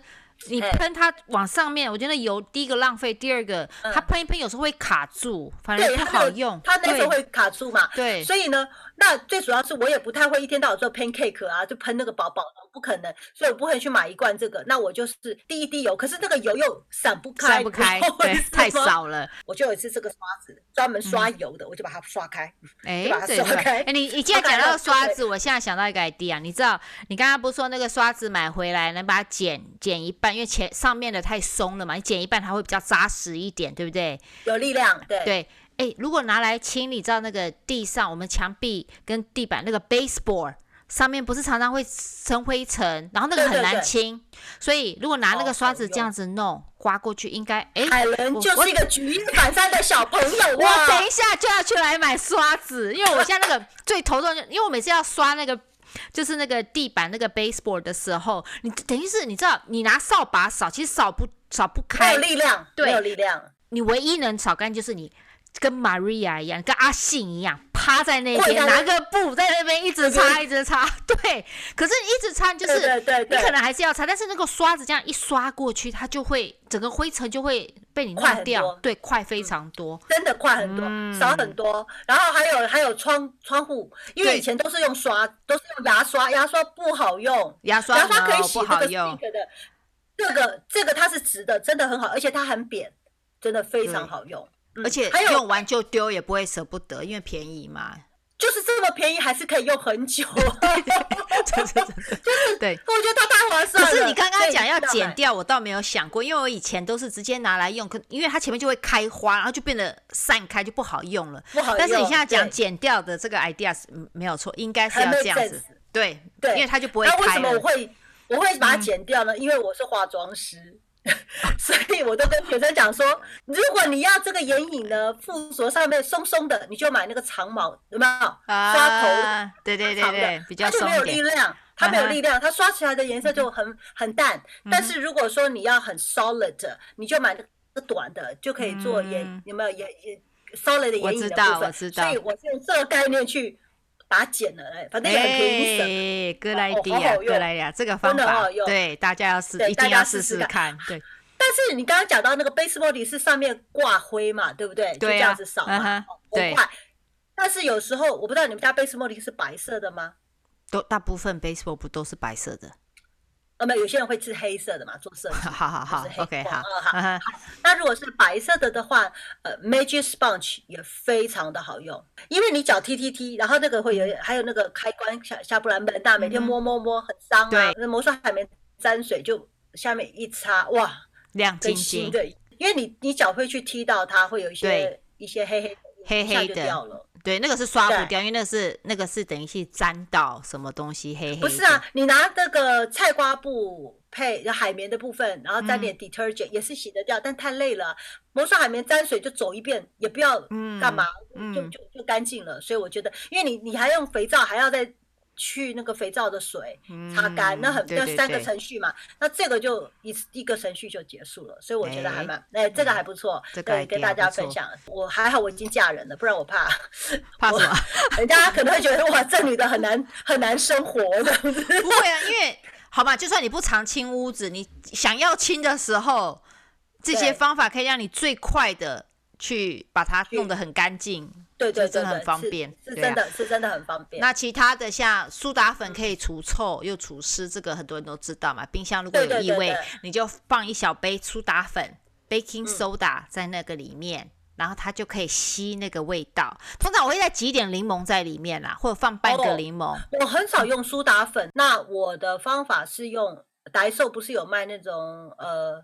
[SPEAKER 2] 你
[SPEAKER 1] 哎
[SPEAKER 2] 喷它往上面，我觉得油第一个浪费，第二个、它喷一喷有时候会卡住，反而
[SPEAKER 1] 嗯对，
[SPEAKER 2] 不
[SPEAKER 1] 它
[SPEAKER 2] 好
[SPEAKER 1] 那个
[SPEAKER 2] 用。
[SPEAKER 1] 它那时候
[SPEAKER 2] 对
[SPEAKER 1] 会卡住嘛，
[SPEAKER 2] 对，
[SPEAKER 1] 所以呢，那最主要是我也不太会一天到晚做 pancake 啊，就喷那个薄薄的，不可能，所以我不会去买一罐这个。那我就是滴一滴油，可是这个油又散不开，
[SPEAKER 2] 散不
[SPEAKER 1] 你知道
[SPEAKER 2] 开，
[SPEAKER 1] 为
[SPEAKER 2] 对
[SPEAKER 1] 什，
[SPEAKER 2] 太
[SPEAKER 1] 么。
[SPEAKER 2] 少嗯了。
[SPEAKER 1] 我就有一次这个刷子专门刷油的，我就把它刷开。
[SPEAKER 2] 哎
[SPEAKER 1] 就把它，
[SPEAKER 2] 对
[SPEAKER 1] 刷
[SPEAKER 2] 对，
[SPEAKER 1] 开
[SPEAKER 2] 哎，你你既然
[SPEAKER 1] 刷开
[SPEAKER 2] 讲到
[SPEAKER 1] 了
[SPEAKER 2] 刷
[SPEAKER 1] 对
[SPEAKER 2] 子，我现在想到一个 idea，你知道，你刚刚不是说那个刷子买回来能把它剪剪一半，因为前上面的太松了嘛，你剪一半它会比较扎实一点，对不对？
[SPEAKER 1] 有力量，对
[SPEAKER 2] 对，哎，如果拿来清理到那个地上，我们墙壁跟地板那个 baseboard 上面不是常常会生灰尘，然后那个
[SPEAKER 1] 对对
[SPEAKER 2] 很难
[SPEAKER 1] 对
[SPEAKER 2] 清，所以如果拿那
[SPEAKER 1] 好
[SPEAKER 2] 个刷
[SPEAKER 1] 好
[SPEAKER 2] 子这
[SPEAKER 1] 用
[SPEAKER 2] 样子弄刮过去，应该哎。
[SPEAKER 1] 海伦
[SPEAKER 2] 我
[SPEAKER 1] 就
[SPEAKER 2] 我
[SPEAKER 1] 是一个举一反三的小朋友啊
[SPEAKER 2] 我
[SPEAKER 1] 哇！
[SPEAKER 2] 等一下就要去来买刷子，因为我现在那个最头痛，因为我每次要刷那个。就是那个地板那个 baseboard 的时候，你等于是你知道，你拿扫把扫，其实扫不扫不
[SPEAKER 1] 没
[SPEAKER 2] 开
[SPEAKER 1] 有，力量，
[SPEAKER 2] 对
[SPEAKER 1] 没有力量，
[SPEAKER 2] 你唯一能扫干就是你跟 Maria 一样，跟阿信一样，趴在那
[SPEAKER 1] 跪在
[SPEAKER 2] 边
[SPEAKER 1] 那
[SPEAKER 2] 拿个布在那边一直擦，
[SPEAKER 1] 对
[SPEAKER 2] 一直擦。对，可是一直擦就
[SPEAKER 1] 对
[SPEAKER 2] 是
[SPEAKER 1] 对对
[SPEAKER 2] 你
[SPEAKER 1] 对，
[SPEAKER 2] 可能还是要擦，但是那个刷子这样一刷过去，它就会整个灰尘就会被你
[SPEAKER 1] 快
[SPEAKER 2] 弄
[SPEAKER 1] 很
[SPEAKER 2] 掉
[SPEAKER 1] 多，嗯
[SPEAKER 2] 对，快非常多。
[SPEAKER 1] 真的快很多，
[SPEAKER 2] 嗯
[SPEAKER 1] 少很多。然后还有还有窗窗户，因为
[SPEAKER 2] 对
[SPEAKER 1] 以前都是用刷，都是用牙刷，牙刷不好用，
[SPEAKER 2] 牙刷
[SPEAKER 1] 牙刷可以
[SPEAKER 2] 毛
[SPEAKER 1] 洗
[SPEAKER 2] 不
[SPEAKER 1] 这
[SPEAKER 2] 好
[SPEAKER 1] 个
[SPEAKER 2] 用
[SPEAKER 1] stick 的，这个这个它是直的，真的很好，而且它很扁，真的非常
[SPEAKER 2] 对
[SPEAKER 1] 好用。嗯
[SPEAKER 2] 而且
[SPEAKER 1] 还有
[SPEAKER 2] 用完就丢也不会舍不得，因为便宜 嘛。
[SPEAKER 1] 就是这么便宜，还是可以用很久。
[SPEAKER 2] 真的真的对。
[SPEAKER 1] 我觉得它太 划算
[SPEAKER 2] 可
[SPEAKER 1] 了。
[SPEAKER 2] 是你刚
[SPEAKER 1] 所
[SPEAKER 2] 刚
[SPEAKER 1] 以
[SPEAKER 2] 讲要
[SPEAKER 1] 一定
[SPEAKER 2] 剪
[SPEAKER 1] 买，
[SPEAKER 2] 掉，我倒没有想过，因为我以前都是直接拿来用，可因为它前面就会开花，然后就变得散开，就不好用了。
[SPEAKER 1] 不好用
[SPEAKER 2] 但是你现在讲
[SPEAKER 1] 对
[SPEAKER 2] 剪掉的这个 idea 是嗯没有错，应该是
[SPEAKER 1] 很
[SPEAKER 2] 要
[SPEAKER 1] 没
[SPEAKER 2] 这样子
[SPEAKER 1] sense，
[SPEAKER 2] 对，
[SPEAKER 1] 对
[SPEAKER 2] 因为它就不会
[SPEAKER 1] 那为
[SPEAKER 2] 开
[SPEAKER 1] 什么我
[SPEAKER 2] 了。 嗯
[SPEAKER 1] 会我会把它剪掉呢？因为我是化妆师。所以我都跟学生讲说，如果你要这个眼影呢，附着上面松松的，你就买那个长毛，有没有？刷头的
[SPEAKER 2] 啊，对对对
[SPEAKER 1] 长
[SPEAKER 2] 对
[SPEAKER 1] 的，，
[SPEAKER 2] 比较
[SPEAKER 1] 它就
[SPEAKER 2] 松
[SPEAKER 1] 没有
[SPEAKER 2] 一
[SPEAKER 1] 力
[SPEAKER 2] 点。
[SPEAKER 1] 量，它没有
[SPEAKER 2] 嗯哼嗯
[SPEAKER 1] 力量，它刷起来的颜色就很很淡。但是如果说你要很 solid，的你就买那个短的，就可以做眼
[SPEAKER 2] 嗯
[SPEAKER 1] 有没有眼眼 solid 的
[SPEAKER 2] 我
[SPEAKER 1] 眼影
[SPEAKER 2] 知
[SPEAKER 1] 的部
[SPEAKER 2] 道
[SPEAKER 1] 分
[SPEAKER 2] 我知道
[SPEAKER 1] 所以我是用这个概念去把它剪了，哎反正也很便宜省。
[SPEAKER 2] 哎，good
[SPEAKER 1] 哦好
[SPEAKER 2] idea，
[SPEAKER 1] 好
[SPEAKER 2] good
[SPEAKER 1] 用
[SPEAKER 2] idea，这个方
[SPEAKER 1] 真的很
[SPEAKER 2] 法
[SPEAKER 1] 好用
[SPEAKER 2] 对大家要试，
[SPEAKER 1] 对
[SPEAKER 2] 一
[SPEAKER 1] 大
[SPEAKER 2] 定
[SPEAKER 1] 家
[SPEAKER 2] 要
[SPEAKER 1] 试
[SPEAKER 2] 试
[SPEAKER 1] 试
[SPEAKER 2] 试
[SPEAKER 1] 看
[SPEAKER 2] 看，对
[SPEAKER 1] 但是你刚刚讲到那个 baseball 里是上面挂灰嘛，对不对？就
[SPEAKER 2] 对
[SPEAKER 1] 这
[SPEAKER 2] 呀
[SPEAKER 1] 样子扫，
[SPEAKER 2] 嗯
[SPEAKER 1] 嘛，
[SPEAKER 2] 哼
[SPEAKER 1] 哦不
[SPEAKER 2] 对，
[SPEAKER 1] 坏。但是有时候我不知道你们家 baseball 里是白色的吗？
[SPEAKER 2] 都大部分 baseball 不都是白色的？
[SPEAKER 1] 呃，没有，有些人会是黑色的嘛，做设计。
[SPEAKER 2] 好好好
[SPEAKER 1] 就是黑
[SPEAKER 2] ，OK，
[SPEAKER 1] 框
[SPEAKER 2] 好
[SPEAKER 1] 嗯，好
[SPEAKER 2] 嗯哼
[SPEAKER 1] 那如果是白色的的话，呃，Magic Sponge 也非常的好用，因为你脚踢踢踢，然后那个会
[SPEAKER 2] 嗯
[SPEAKER 1] 有，还有那个开关下下不来门呐、每天摸摸摸很脏啊
[SPEAKER 2] 对，
[SPEAKER 1] 那魔术海绵沾水就下面一擦，哇，
[SPEAKER 2] 亮晶
[SPEAKER 1] 跟新
[SPEAKER 2] 晶，
[SPEAKER 1] 的，因为你你脚会去踢到它，会有一些
[SPEAKER 2] 对
[SPEAKER 1] 一些黑黑的
[SPEAKER 2] 黑
[SPEAKER 1] 一下
[SPEAKER 2] 黑
[SPEAKER 1] 就
[SPEAKER 2] 的
[SPEAKER 1] 掉了。
[SPEAKER 2] 对，那个是刷不
[SPEAKER 1] 对
[SPEAKER 2] 掉，因为那个是那个是等于是沾到什么东西黑黑。
[SPEAKER 1] 不是啊，，你拿那个菜瓜布配海绵的部分，然后沾
[SPEAKER 2] 嗯
[SPEAKER 1] 点 detergent、也是洗得掉，但太累了。魔术海绵沾水就走一遍，也不要
[SPEAKER 2] 嗯
[SPEAKER 1] 干嘛，
[SPEAKER 2] 嗯
[SPEAKER 1] 就就就干净了。所以我觉得，因为你你还用肥皂，还要再去那个肥皂的水擦干，
[SPEAKER 2] 嗯
[SPEAKER 1] 那很
[SPEAKER 2] 对
[SPEAKER 1] 那
[SPEAKER 2] 对
[SPEAKER 1] 三个
[SPEAKER 2] 对
[SPEAKER 1] 程序嘛，那这个就一次一个程序就结束了，所以我觉得还
[SPEAKER 2] 哎
[SPEAKER 1] 蛮哎，这个还不错，
[SPEAKER 2] 这个
[SPEAKER 1] 对，跟
[SPEAKER 2] idea
[SPEAKER 1] 大家
[SPEAKER 2] 不错
[SPEAKER 1] 分享。我还好，我已经嫁人了，不然我怕
[SPEAKER 2] 怕什么？
[SPEAKER 1] 人家可能会觉得哇，这女的很难很难生活 的。
[SPEAKER 2] 不会啊，因为好吧，就算你不常清屋子，你想要清的时候，这
[SPEAKER 1] 对
[SPEAKER 2] 些方法可以让你最快的去把它弄得很干净。
[SPEAKER 1] 对对对对，
[SPEAKER 2] 这真的很方
[SPEAKER 1] 是
[SPEAKER 2] 便
[SPEAKER 1] 是
[SPEAKER 2] 对啊
[SPEAKER 1] 真的是真的很方便。
[SPEAKER 2] 那其他的像苏打粉可以除臭又除湿，这个很多人都知道嘛。冰箱如果
[SPEAKER 1] 对
[SPEAKER 2] 有
[SPEAKER 1] 对
[SPEAKER 2] 异
[SPEAKER 1] 对
[SPEAKER 2] 味，
[SPEAKER 1] 对嗯
[SPEAKER 2] 你就放一小杯苏打粉 （baking soda） 在那个里面。然后它就可以吸那个味道。通常我会再挤一点柠檬在里面啊啦，或者放半个
[SPEAKER 1] 哦
[SPEAKER 2] 柠檬。
[SPEAKER 1] 我很少用苏打粉，那我的方法是用白瘦，不是有卖那种呃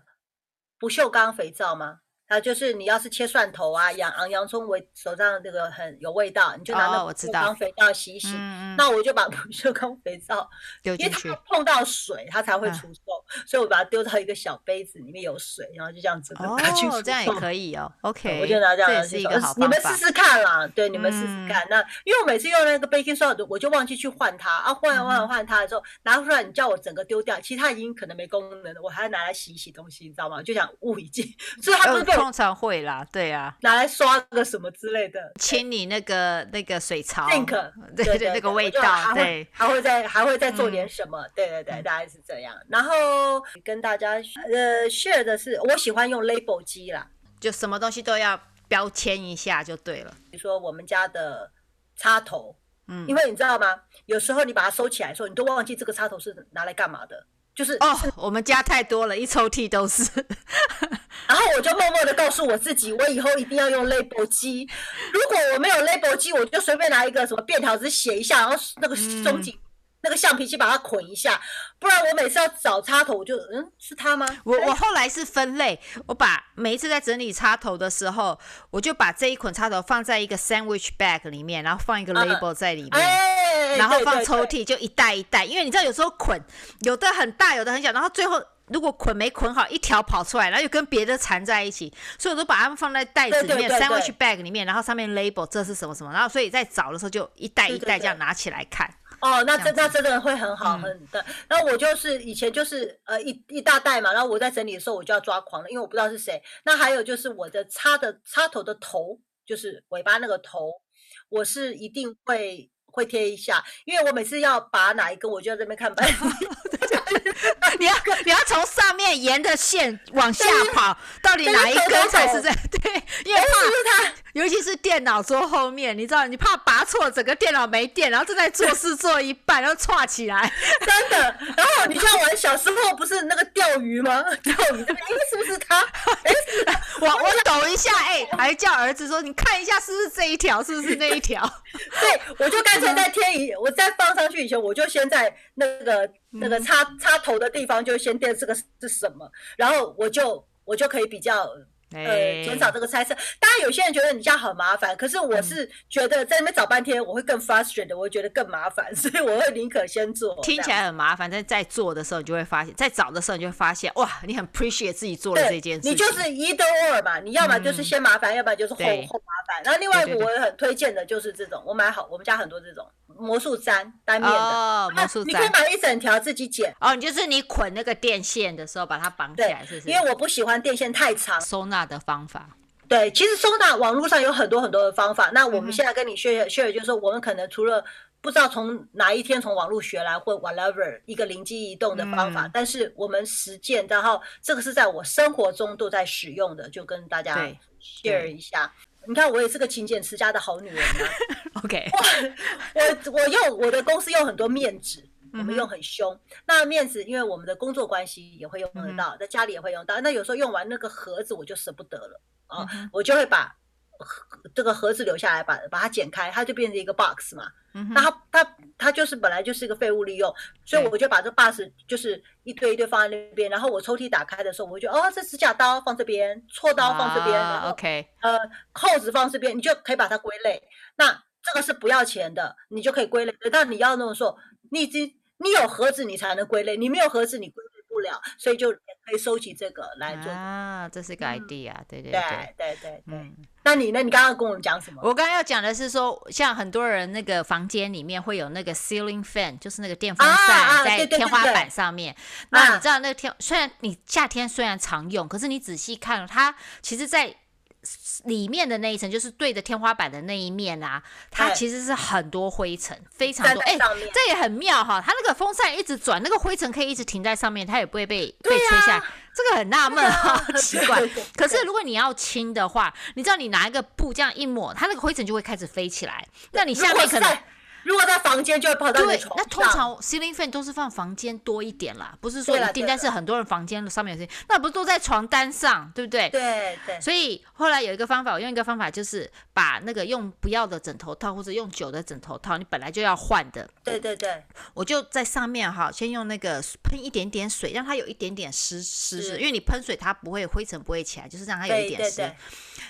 [SPEAKER 1] 不锈钢肥皂吗？它就是你要是切蒜头啊、洋昂洋葱为手上这个很有味道，你就拿那
[SPEAKER 2] 哦
[SPEAKER 1] 不
[SPEAKER 2] 我知
[SPEAKER 1] 锈
[SPEAKER 2] 道
[SPEAKER 1] 钢肥皂洗一洗。
[SPEAKER 2] 嗯嗯，
[SPEAKER 1] 那我就把不锈钢肥皂，
[SPEAKER 2] 丢
[SPEAKER 1] 因为
[SPEAKER 2] 进
[SPEAKER 1] 它
[SPEAKER 2] 去
[SPEAKER 1] 要。碰到水，它才会
[SPEAKER 2] 嗯
[SPEAKER 1] 除臭，所以我把它丢到一个小杯子里面有水，然后就这样子
[SPEAKER 2] 哦
[SPEAKER 1] 拿去除，
[SPEAKER 2] 这样也
[SPEAKER 1] 臭
[SPEAKER 2] 可以哦。
[SPEAKER 1] 对
[SPEAKER 2] OK，
[SPEAKER 1] 我就拿这样
[SPEAKER 2] 也
[SPEAKER 1] 的
[SPEAKER 2] 是
[SPEAKER 1] 去
[SPEAKER 2] 一
[SPEAKER 1] 找
[SPEAKER 2] 个
[SPEAKER 1] 呃
[SPEAKER 2] 好
[SPEAKER 1] 你
[SPEAKER 2] 方
[SPEAKER 1] 们
[SPEAKER 2] 法
[SPEAKER 1] 试。试看啦，对，你们试试
[SPEAKER 2] 嗯
[SPEAKER 1] 看。那因为我每次用那个 baking soda，我就忘记去换它啊，换完换
[SPEAKER 2] 嗯
[SPEAKER 1] 完换它的时候，拿出来你叫我整个丢掉，其实它已经可能没功能了，我还要拿来洗一洗东西，你知道吗？我就想物已尽， 所以它不
[SPEAKER 2] 呃，
[SPEAKER 1] 是被我
[SPEAKER 2] 通常会啦，对啊，
[SPEAKER 1] 拿来刷个什么之类的。
[SPEAKER 2] 清理那个那个水槽
[SPEAKER 1] think，
[SPEAKER 2] 对
[SPEAKER 1] 对
[SPEAKER 2] 那个味
[SPEAKER 1] 我就
[SPEAKER 2] 道，
[SPEAKER 1] 还
[SPEAKER 2] 对
[SPEAKER 1] 会，还会再还会再做点
[SPEAKER 2] 嗯
[SPEAKER 1] 什么？对对对，大概是这样。然后跟大家呃 share 的是，我喜欢用 label 机啦，
[SPEAKER 2] 就什么东西都要标签一下就对了。
[SPEAKER 1] 比如说我们家的插头，
[SPEAKER 2] 嗯
[SPEAKER 1] 因为你知道吗？有时候你把它收起来的时候，你都忘记这个插头是拿来干嘛的。就是，
[SPEAKER 2] 哦，我们家太多了，一抽屉 都是。
[SPEAKER 1] 然后我就默默的告诉我自己，我以后一定要用 label 机。如果我没有 label 机，我就随便拿一个什么便条纸写一下，然后那个松紧、
[SPEAKER 2] 嗯
[SPEAKER 1] 那个橡皮筋把它捆一下，不然我每次要找插头，我就嗯，是它吗？
[SPEAKER 2] 我我后来是分类，我把每一次在整理插头的时候，我就把这一捆插头放在一个 sandwich bag 里面，然后放一个
[SPEAKER 1] 嗯
[SPEAKER 2] label 在里面。
[SPEAKER 1] 哎，
[SPEAKER 2] 然后
[SPEAKER 1] 对
[SPEAKER 2] 放
[SPEAKER 1] 对
[SPEAKER 2] 抽
[SPEAKER 1] 对
[SPEAKER 2] 屉，就一袋一袋，因为你知道有时候捆有的很大，有的很小，然后最后如果捆没捆好，一条跑出来，然后又跟别的缠在一起，所以我都把它们放在袋子里
[SPEAKER 1] 对对
[SPEAKER 2] 面
[SPEAKER 1] 对对
[SPEAKER 2] ，sandwich bag 里面，然后上面 label 这是什么什么，然后所以在找的时候就一袋
[SPEAKER 1] 对
[SPEAKER 2] 一
[SPEAKER 1] 对
[SPEAKER 2] 袋这样
[SPEAKER 1] 对
[SPEAKER 2] 拿起来看，
[SPEAKER 1] 哦，那
[SPEAKER 2] 这
[SPEAKER 1] 真
[SPEAKER 2] 样
[SPEAKER 1] 那真的会很好
[SPEAKER 2] 嗯
[SPEAKER 1] 很的。然后我就是以前就是呃一一大袋嘛，然后我在整理的时候我就要抓狂了，因为我不知道是谁。那还有就是我的插的插头的头，就是尾巴那个头，我是一定会会贴一下，因为我每次要拔哪一根，我就在这边看 半天
[SPEAKER 2] 你要你要从上面沿着线往下跑，到底
[SPEAKER 1] 对
[SPEAKER 2] 哪一
[SPEAKER 1] 对
[SPEAKER 2] 根
[SPEAKER 1] 对
[SPEAKER 2] 才
[SPEAKER 1] 对
[SPEAKER 2] 是在对，因为怕尤其是电脑桌后面，你知道你怕拔错，整个电脑没电，然后正在做事做一半，然后歘起来。
[SPEAKER 1] 真的。然后你像我们小时候不是那个钓鱼吗？ 钓鱼这边，哎，是不是它？哎，是不是它
[SPEAKER 2] 我我抖一下，哎、还叫儿子说你看一下是不是这一条，是不是那一条？
[SPEAKER 1] 对，我就干脆在
[SPEAKER 2] 嗯
[SPEAKER 1] 贴一，我再放上去以前，我就先在那个那
[SPEAKER 2] 嗯
[SPEAKER 1] 个插插头的地方就先垫这个是什么，然后我就我就可以比较
[SPEAKER 2] 哎
[SPEAKER 1] 呃减少这个猜测。当然，有些人觉得你这样很麻烦，可是
[SPEAKER 2] 嗯
[SPEAKER 1] 我是觉得在那边找半天，我会更 frustrated，我会觉得更麻烦，所以我会宁可先做。
[SPEAKER 2] 听起
[SPEAKER 1] 这样
[SPEAKER 2] 来很麻烦，但在做的时候你就会发现，在找的时候你就会发现，哇，你很 appreciate 自己做了
[SPEAKER 1] 对
[SPEAKER 2] 这件事情。
[SPEAKER 1] 你就是 either or 嘛，你要么就是
[SPEAKER 2] 嗯
[SPEAKER 1] 先麻烦，要不然就是后
[SPEAKER 2] 对
[SPEAKER 1] 后麻烦。然后另外一
[SPEAKER 2] 对
[SPEAKER 1] 个
[SPEAKER 2] 对
[SPEAKER 1] 我
[SPEAKER 2] 对
[SPEAKER 1] 很推荐的就是这种，我买好，我们家很多这种魔术毡单面的，啊
[SPEAKER 2] 哦，魔术
[SPEAKER 1] 你可以
[SPEAKER 2] 毡。
[SPEAKER 1] 买一整条自己剪。
[SPEAKER 2] 哦，你就是你捆那个电线的时候把它绑起
[SPEAKER 1] 对
[SPEAKER 2] 来，是不，是？
[SPEAKER 1] 因为我不喜欢电线太长。
[SPEAKER 2] 收纳的方法，
[SPEAKER 1] 对，其实收纳网络上有很多很多的方法。
[SPEAKER 2] 嗯
[SPEAKER 1] 那我们现在跟你 share share，就是说我们可能除了不知道从哪一天从网络学来或 whatever 一个灵机一动的方法，
[SPEAKER 2] 嗯
[SPEAKER 1] 但是我们实践，然后这个是在我生活中都在使用的，就跟大家
[SPEAKER 2] 对
[SPEAKER 1] share 一下。你看，我也是个勤俭持家的好女人啊！
[SPEAKER 2] ，OK，
[SPEAKER 1] 我我用我的公司用很多面纸，我
[SPEAKER 2] 嗯哼
[SPEAKER 1] 们用很凶。那面纸，因为我们的工作关系也会用
[SPEAKER 2] 嗯
[SPEAKER 1] 得到，在家里也会用到。那有时候用完那个盒子，我就舍不得了
[SPEAKER 2] 嗯
[SPEAKER 1] 啊，我就会把盒这个盒子留下来，把把它剪开，它就变成一个 box 嘛。
[SPEAKER 2] 嗯
[SPEAKER 1] 那
[SPEAKER 2] 哼，
[SPEAKER 1] 它它它就是本来就是一个废物利用，所以
[SPEAKER 2] 对
[SPEAKER 1] 我就把这 box 就是一堆一堆放在那边。然后我抽屉打开的时候，我就哦，这指甲刀放这边，锉刀放这边，然
[SPEAKER 2] 啊
[SPEAKER 1] 后
[SPEAKER 2] ，OK，
[SPEAKER 1] 呃，扣子放这边，你就可以把它归类。那这个是不要钱的，你就可以归类。但你要那种说，你已经你有盒子，你才能归类；你没有盒子，你归类不了。所以就可以收集这个来做。嗯
[SPEAKER 2] 啊，这是一个啊 idea，对对
[SPEAKER 1] 对对对对，
[SPEAKER 2] 嗯，
[SPEAKER 1] 那你呢？你刚刚跟我们讲什么？
[SPEAKER 2] 我刚刚要讲的是说，像很多人那个房间里面会有那个 ceiling fan，就是那个电风
[SPEAKER 1] 啊
[SPEAKER 2] 扇
[SPEAKER 1] 啊
[SPEAKER 2] 在
[SPEAKER 1] 对对对
[SPEAKER 2] 天花板上面。那你知道那个天，虽然你夏天虽然常用，可是你仔细看，它其实，在里面的那一层，就是对着天花板的那一面啊，它
[SPEAKER 1] 对
[SPEAKER 2] 其实是很多灰尘，非常
[SPEAKER 1] 站
[SPEAKER 2] 多。
[SPEAKER 1] 在
[SPEAKER 2] 哎、
[SPEAKER 1] 上面，
[SPEAKER 2] 这也很妙哈，它那个风扇一直转，那个灰尘可以一直停在上面，它也不会被、被吹下来，这个很纳闷哈，奇怪
[SPEAKER 1] 对对对。
[SPEAKER 2] 可是如果你要清的话，你知道你拿一个布这样一抹，它那个灰尘就会开始飞起来。那你
[SPEAKER 1] 你
[SPEAKER 2] 下面可能
[SPEAKER 1] 如果在房间就会跑到你的
[SPEAKER 2] 对，
[SPEAKER 1] 床
[SPEAKER 2] 那
[SPEAKER 1] 上。
[SPEAKER 2] 通常 ceiling fan 都是放房间多一点啦，不是说
[SPEAKER 1] 对啦
[SPEAKER 2] 一定，
[SPEAKER 1] 对啦
[SPEAKER 2] 但是很多人房间上面有些，那不是都在床单上，对不对？
[SPEAKER 1] 对对
[SPEAKER 2] 所以后来有一个方法，我用一个方法就是把那个用不要的枕头套或者用久的枕头套，你本来就要换的，
[SPEAKER 1] 对对对，
[SPEAKER 2] 我就在上面哈，先用那个喷一点点水，让它有一点点湿湿湿，
[SPEAKER 1] 是
[SPEAKER 2] 因为你喷水它不会灰尘不会起来，就是让它有
[SPEAKER 1] 对
[SPEAKER 2] 一点
[SPEAKER 1] 对
[SPEAKER 2] 湿。
[SPEAKER 1] 对，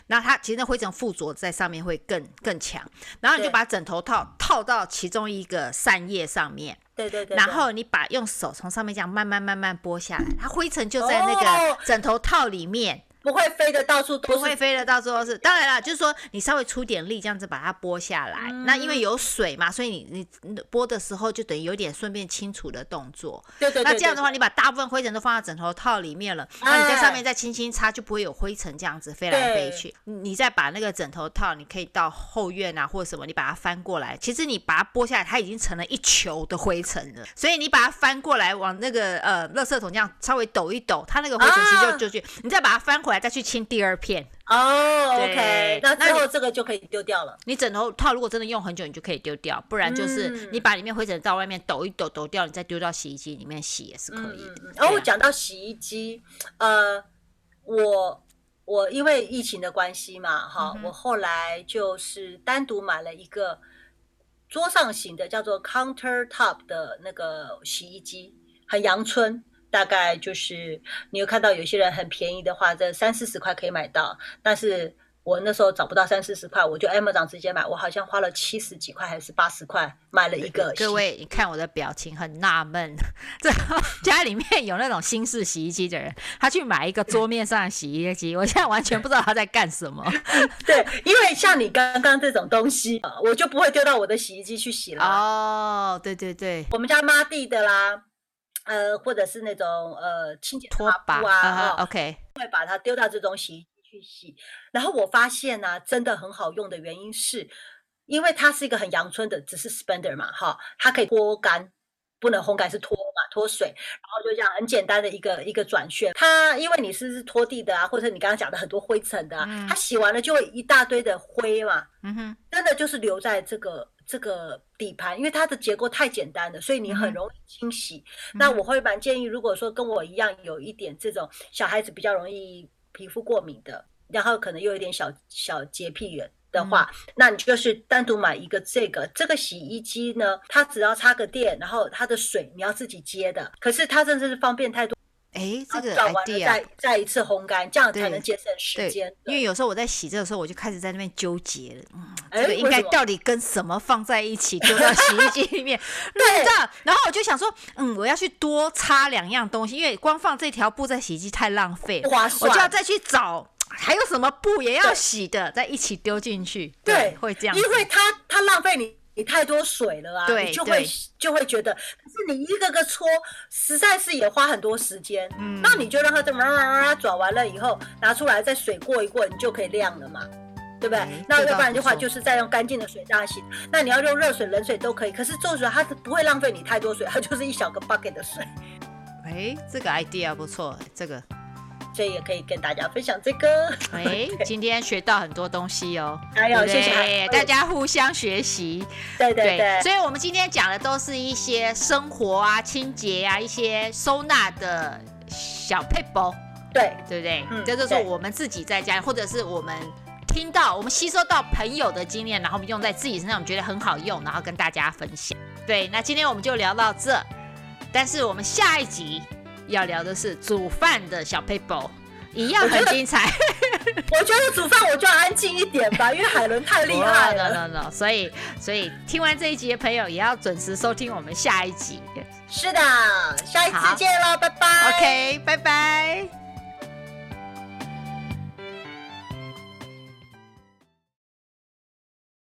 [SPEAKER 2] 那它其实那灰尘附着在上面会更更强，然后你就
[SPEAKER 1] 对
[SPEAKER 2] 把枕头套套到其中一个扇叶上面，
[SPEAKER 1] 对对对，
[SPEAKER 2] 然
[SPEAKER 1] 对
[SPEAKER 2] 后你把用手从上面这样慢慢慢慢拨下来，它灰尘就在那
[SPEAKER 1] 哦
[SPEAKER 2] 个枕头套里面。
[SPEAKER 1] 不会飞的到处都
[SPEAKER 2] 不
[SPEAKER 1] 是，
[SPEAKER 2] 会飞的，到最后是当然啦，就是说你稍微出点力，这样子把它拨下来。那因为有水嘛，所以你你拨的时候就等于有点顺便清除的动作。
[SPEAKER 1] 对对对，
[SPEAKER 2] 那这样的
[SPEAKER 1] 对
[SPEAKER 2] 话，你把大部分灰尘都放到枕头套里面了，那你在上
[SPEAKER 1] 哎
[SPEAKER 2] 面再轻轻擦，就不会有灰尘这样子飞来飞去。你再把那个枕头套，你可以到后院啊或者什么，你把它翻过来。其实你把它拨下来，它已经成了一球的灰尘了。所以你把它翻过来，往那个呃垃圾桶这样稍微抖一抖，它那个灰尘其实就
[SPEAKER 1] 啊
[SPEAKER 2] 就去。你再把它翻回来，再去清第二片。
[SPEAKER 1] 哦
[SPEAKER 2] 对
[SPEAKER 1] ，OK，那
[SPEAKER 2] 那
[SPEAKER 1] 之后
[SPEAKER 2] 你
[SPEAKER 1] 这个就可以丢掉了。
[SPEAKER 2] 你枕头套如果真的用很久，你就可以丢掉，不然就是
[SPEAKER 1] 嗯
[SPEAKER 2] 你把里面灰尘到外面抖一抖，抖掉，你再丢到洗衣机里面洗也是可以的。
[SPEAKER 1] 嗯然后
[SPEAKER 2] 对
[SPEAKER 1] 我
[SPEAKER 2] 啊
[SPEAKER 1] 讲到洗衣机，呃，我我因为疫情的关系嘛，
[SPEAKER 2] 嗯
[SPEAKER 1] 哈，我后来就是单独买了一个桌上型的，叫做 countertop 的那个洗衣机，很阳春。大概就是你有看到有些人很便宜的话，这三四十块可以买到，但是我那时候找不到三四十块，我就 Amazon 直接买，我好像花了七十几块还是八十块买了一个洗衣
[SPEAKER 2] 各位，你看我的表情很纳闷， 这家里面有那种新式洗衣机的人，他去买一个桌面上的洗衣机，我现在完全不知道他在干 什么。
[SPEAKER 1] 对，因为像你刚刚这种东西，呃我就不会丢到我的洗衣机去洗了。
[SPEAKER 2] 哦，对对对，
[SPEAKER 1] 我们家抹地的啦，呃，或者是那种呃清洁的
[SPEAKER 2] 拖把嗯
[SPEAKER 1] 抹布啊，哦
[SPEAKER 2] o k
[SPEAKER 1] 会把它丢到这种洗衣机去洗。然后我发现呢、真的很好用的原因是，因为它是一个很阳春的，只是 spender 嘛，哈，它可以脱干。不能烘干是脱嘛，脱水，然后就这样很简单的一个一个转旋。它因为你是是拖地的啊，或者你刚刚讲的很多灰尘的啊，它洗完了就会一大堆的灰嘛，
[SPEAKER 2] 嗯哼，
[SPEAKER 1] 真的就是留在这个这个底盘，因为它的结构太简单了，所以你
[SPEAKER 2] 嗯
[SPEAKER 1] 很容易清洗。那我会蛮建议，如果说跟我一样有一点这种小孩子比较容易皮肤过敏的，然后可能又有一点小小洁癖人。的话，
[SPEAKER 2] 嗯
[SPEAKER 1] 那你就是单独买一个这个这个洗衣机呢，它只要插个电，然后它的水你要自己接的。可是它真的是方便太多，
[SPEAKER 2] 哎，这个
[SPEAKER 1] 然后转完了
[SPEAKER 2] idea
[SPEAKER 1] 再再一次烘干，这样才
[SPEAKER 2] 对
[SPEAKER 1] 能节省时
[SPEAKER 2] 对
[SPEAKER 1] 间。，
[SPEAKER 2] 因为有时候我在洗这个时候，我就开始在那边纠结了，嗯，
[SPEAKER 1] 哎
[SPEAKER 2] 这个应
[SPEAKER 1] 为
[SPEAKER 2] 该
[SPEAKER 1] 什么
[SPEAKER 2] 到底跟什么放在一起丢到洗衣机里 面？对，你知道？然后我就想说，嗯，我要去多擦两样东西，因为光放这条布在洗衣机太浪费了，
[SPEAKER 1] 不划
[SPEAKER 2] 我
[SPEAKER 1] 算
[SPEAKER 2] 就要再去找还有什么布也要
[SPEAKER 1] 对
[SPEAKER 2] 洗的，再一起丢进去。
[SPEAKER 1] 对，
[SPEAKER 2] 会这样子。
[SPEAKER 1] 因为它它浪费你你太多水了啊，
[SPEAKER 2] 对
[SPEAKER 1] 你就
[SPEAKER 2] 对
[SPEAKER 1] 会就会觉得，可是你一个个搓，实在是也花很多时间，嗯，那你就让它这么啊转完了以后，拿出来再水过一过，你就可以晾了嘛。对不对
[SPEAKER 2] 哎？
[SPEAKER 1] 那
[SPEAKER 2] 这
[SPEAKER 1] 要
[SPEAKER 2] 倒
[SPEAKER 1] 不然的
[SPEAKER 2] 不
[SPEAKER 1] 话，
[SPEAKER 2] 错
[SPEAKER 1] 就是再用干净的水让它洗。那你要用热水、冷水都可以。可是做出来它不会浪费你太多水，它就是一小个 bucket 的水。
[SPEAKER 2] 哎，这个 idea 不错，这个
[SPEAKER 1] 所以也可以跟大家分享这 个。
[SPEAKER 2] 哎，今天学到很多东西哦。
[SPEAKER 1] 哎呦
[SPEAKER 2] 对不
[SPEAKER 1] 谢谢
[SPEAKER 2] 对
[SPEAKER 1] 哎
[SPEAKER 2] 大家互相学习。
[SPEAKER 1] 对对对，
[SPEAKER 2] 所以我们今天讲的都是一些生活啊、清洁啊、一些收纳的小 p a
[SPEAKER 1] 对
[SPEAKER 2] 对不对？
[SPEAKER 1] 嗯
[SPEAKER 2] 这就是
[SPEAKER 1] 对
[SPEAKER 2] 我们自己在家，或者是我们听到、我们吸收到朋友的经验，然后我们用在自己身上，我们觉得很好用，然后跟大家分享。对，那今天我们就聊到这，但是我们下一集要聊的是煮饭的小 p a 一样很 精彩。
[SPEAKER 1] 我觉得煮饭我就要安静一点吧，因为海伦太厉害了。
[SPEAKER 2] no no no！所以所以听完这一集的朋友，也要准时收听我们下一集。
[SPEAKER 1] 是的，下一
[SPEAKER 2] 好
[SPEAKER 1] 次见喽，拜拜。
[SPEAKER 2] OK，拜拜。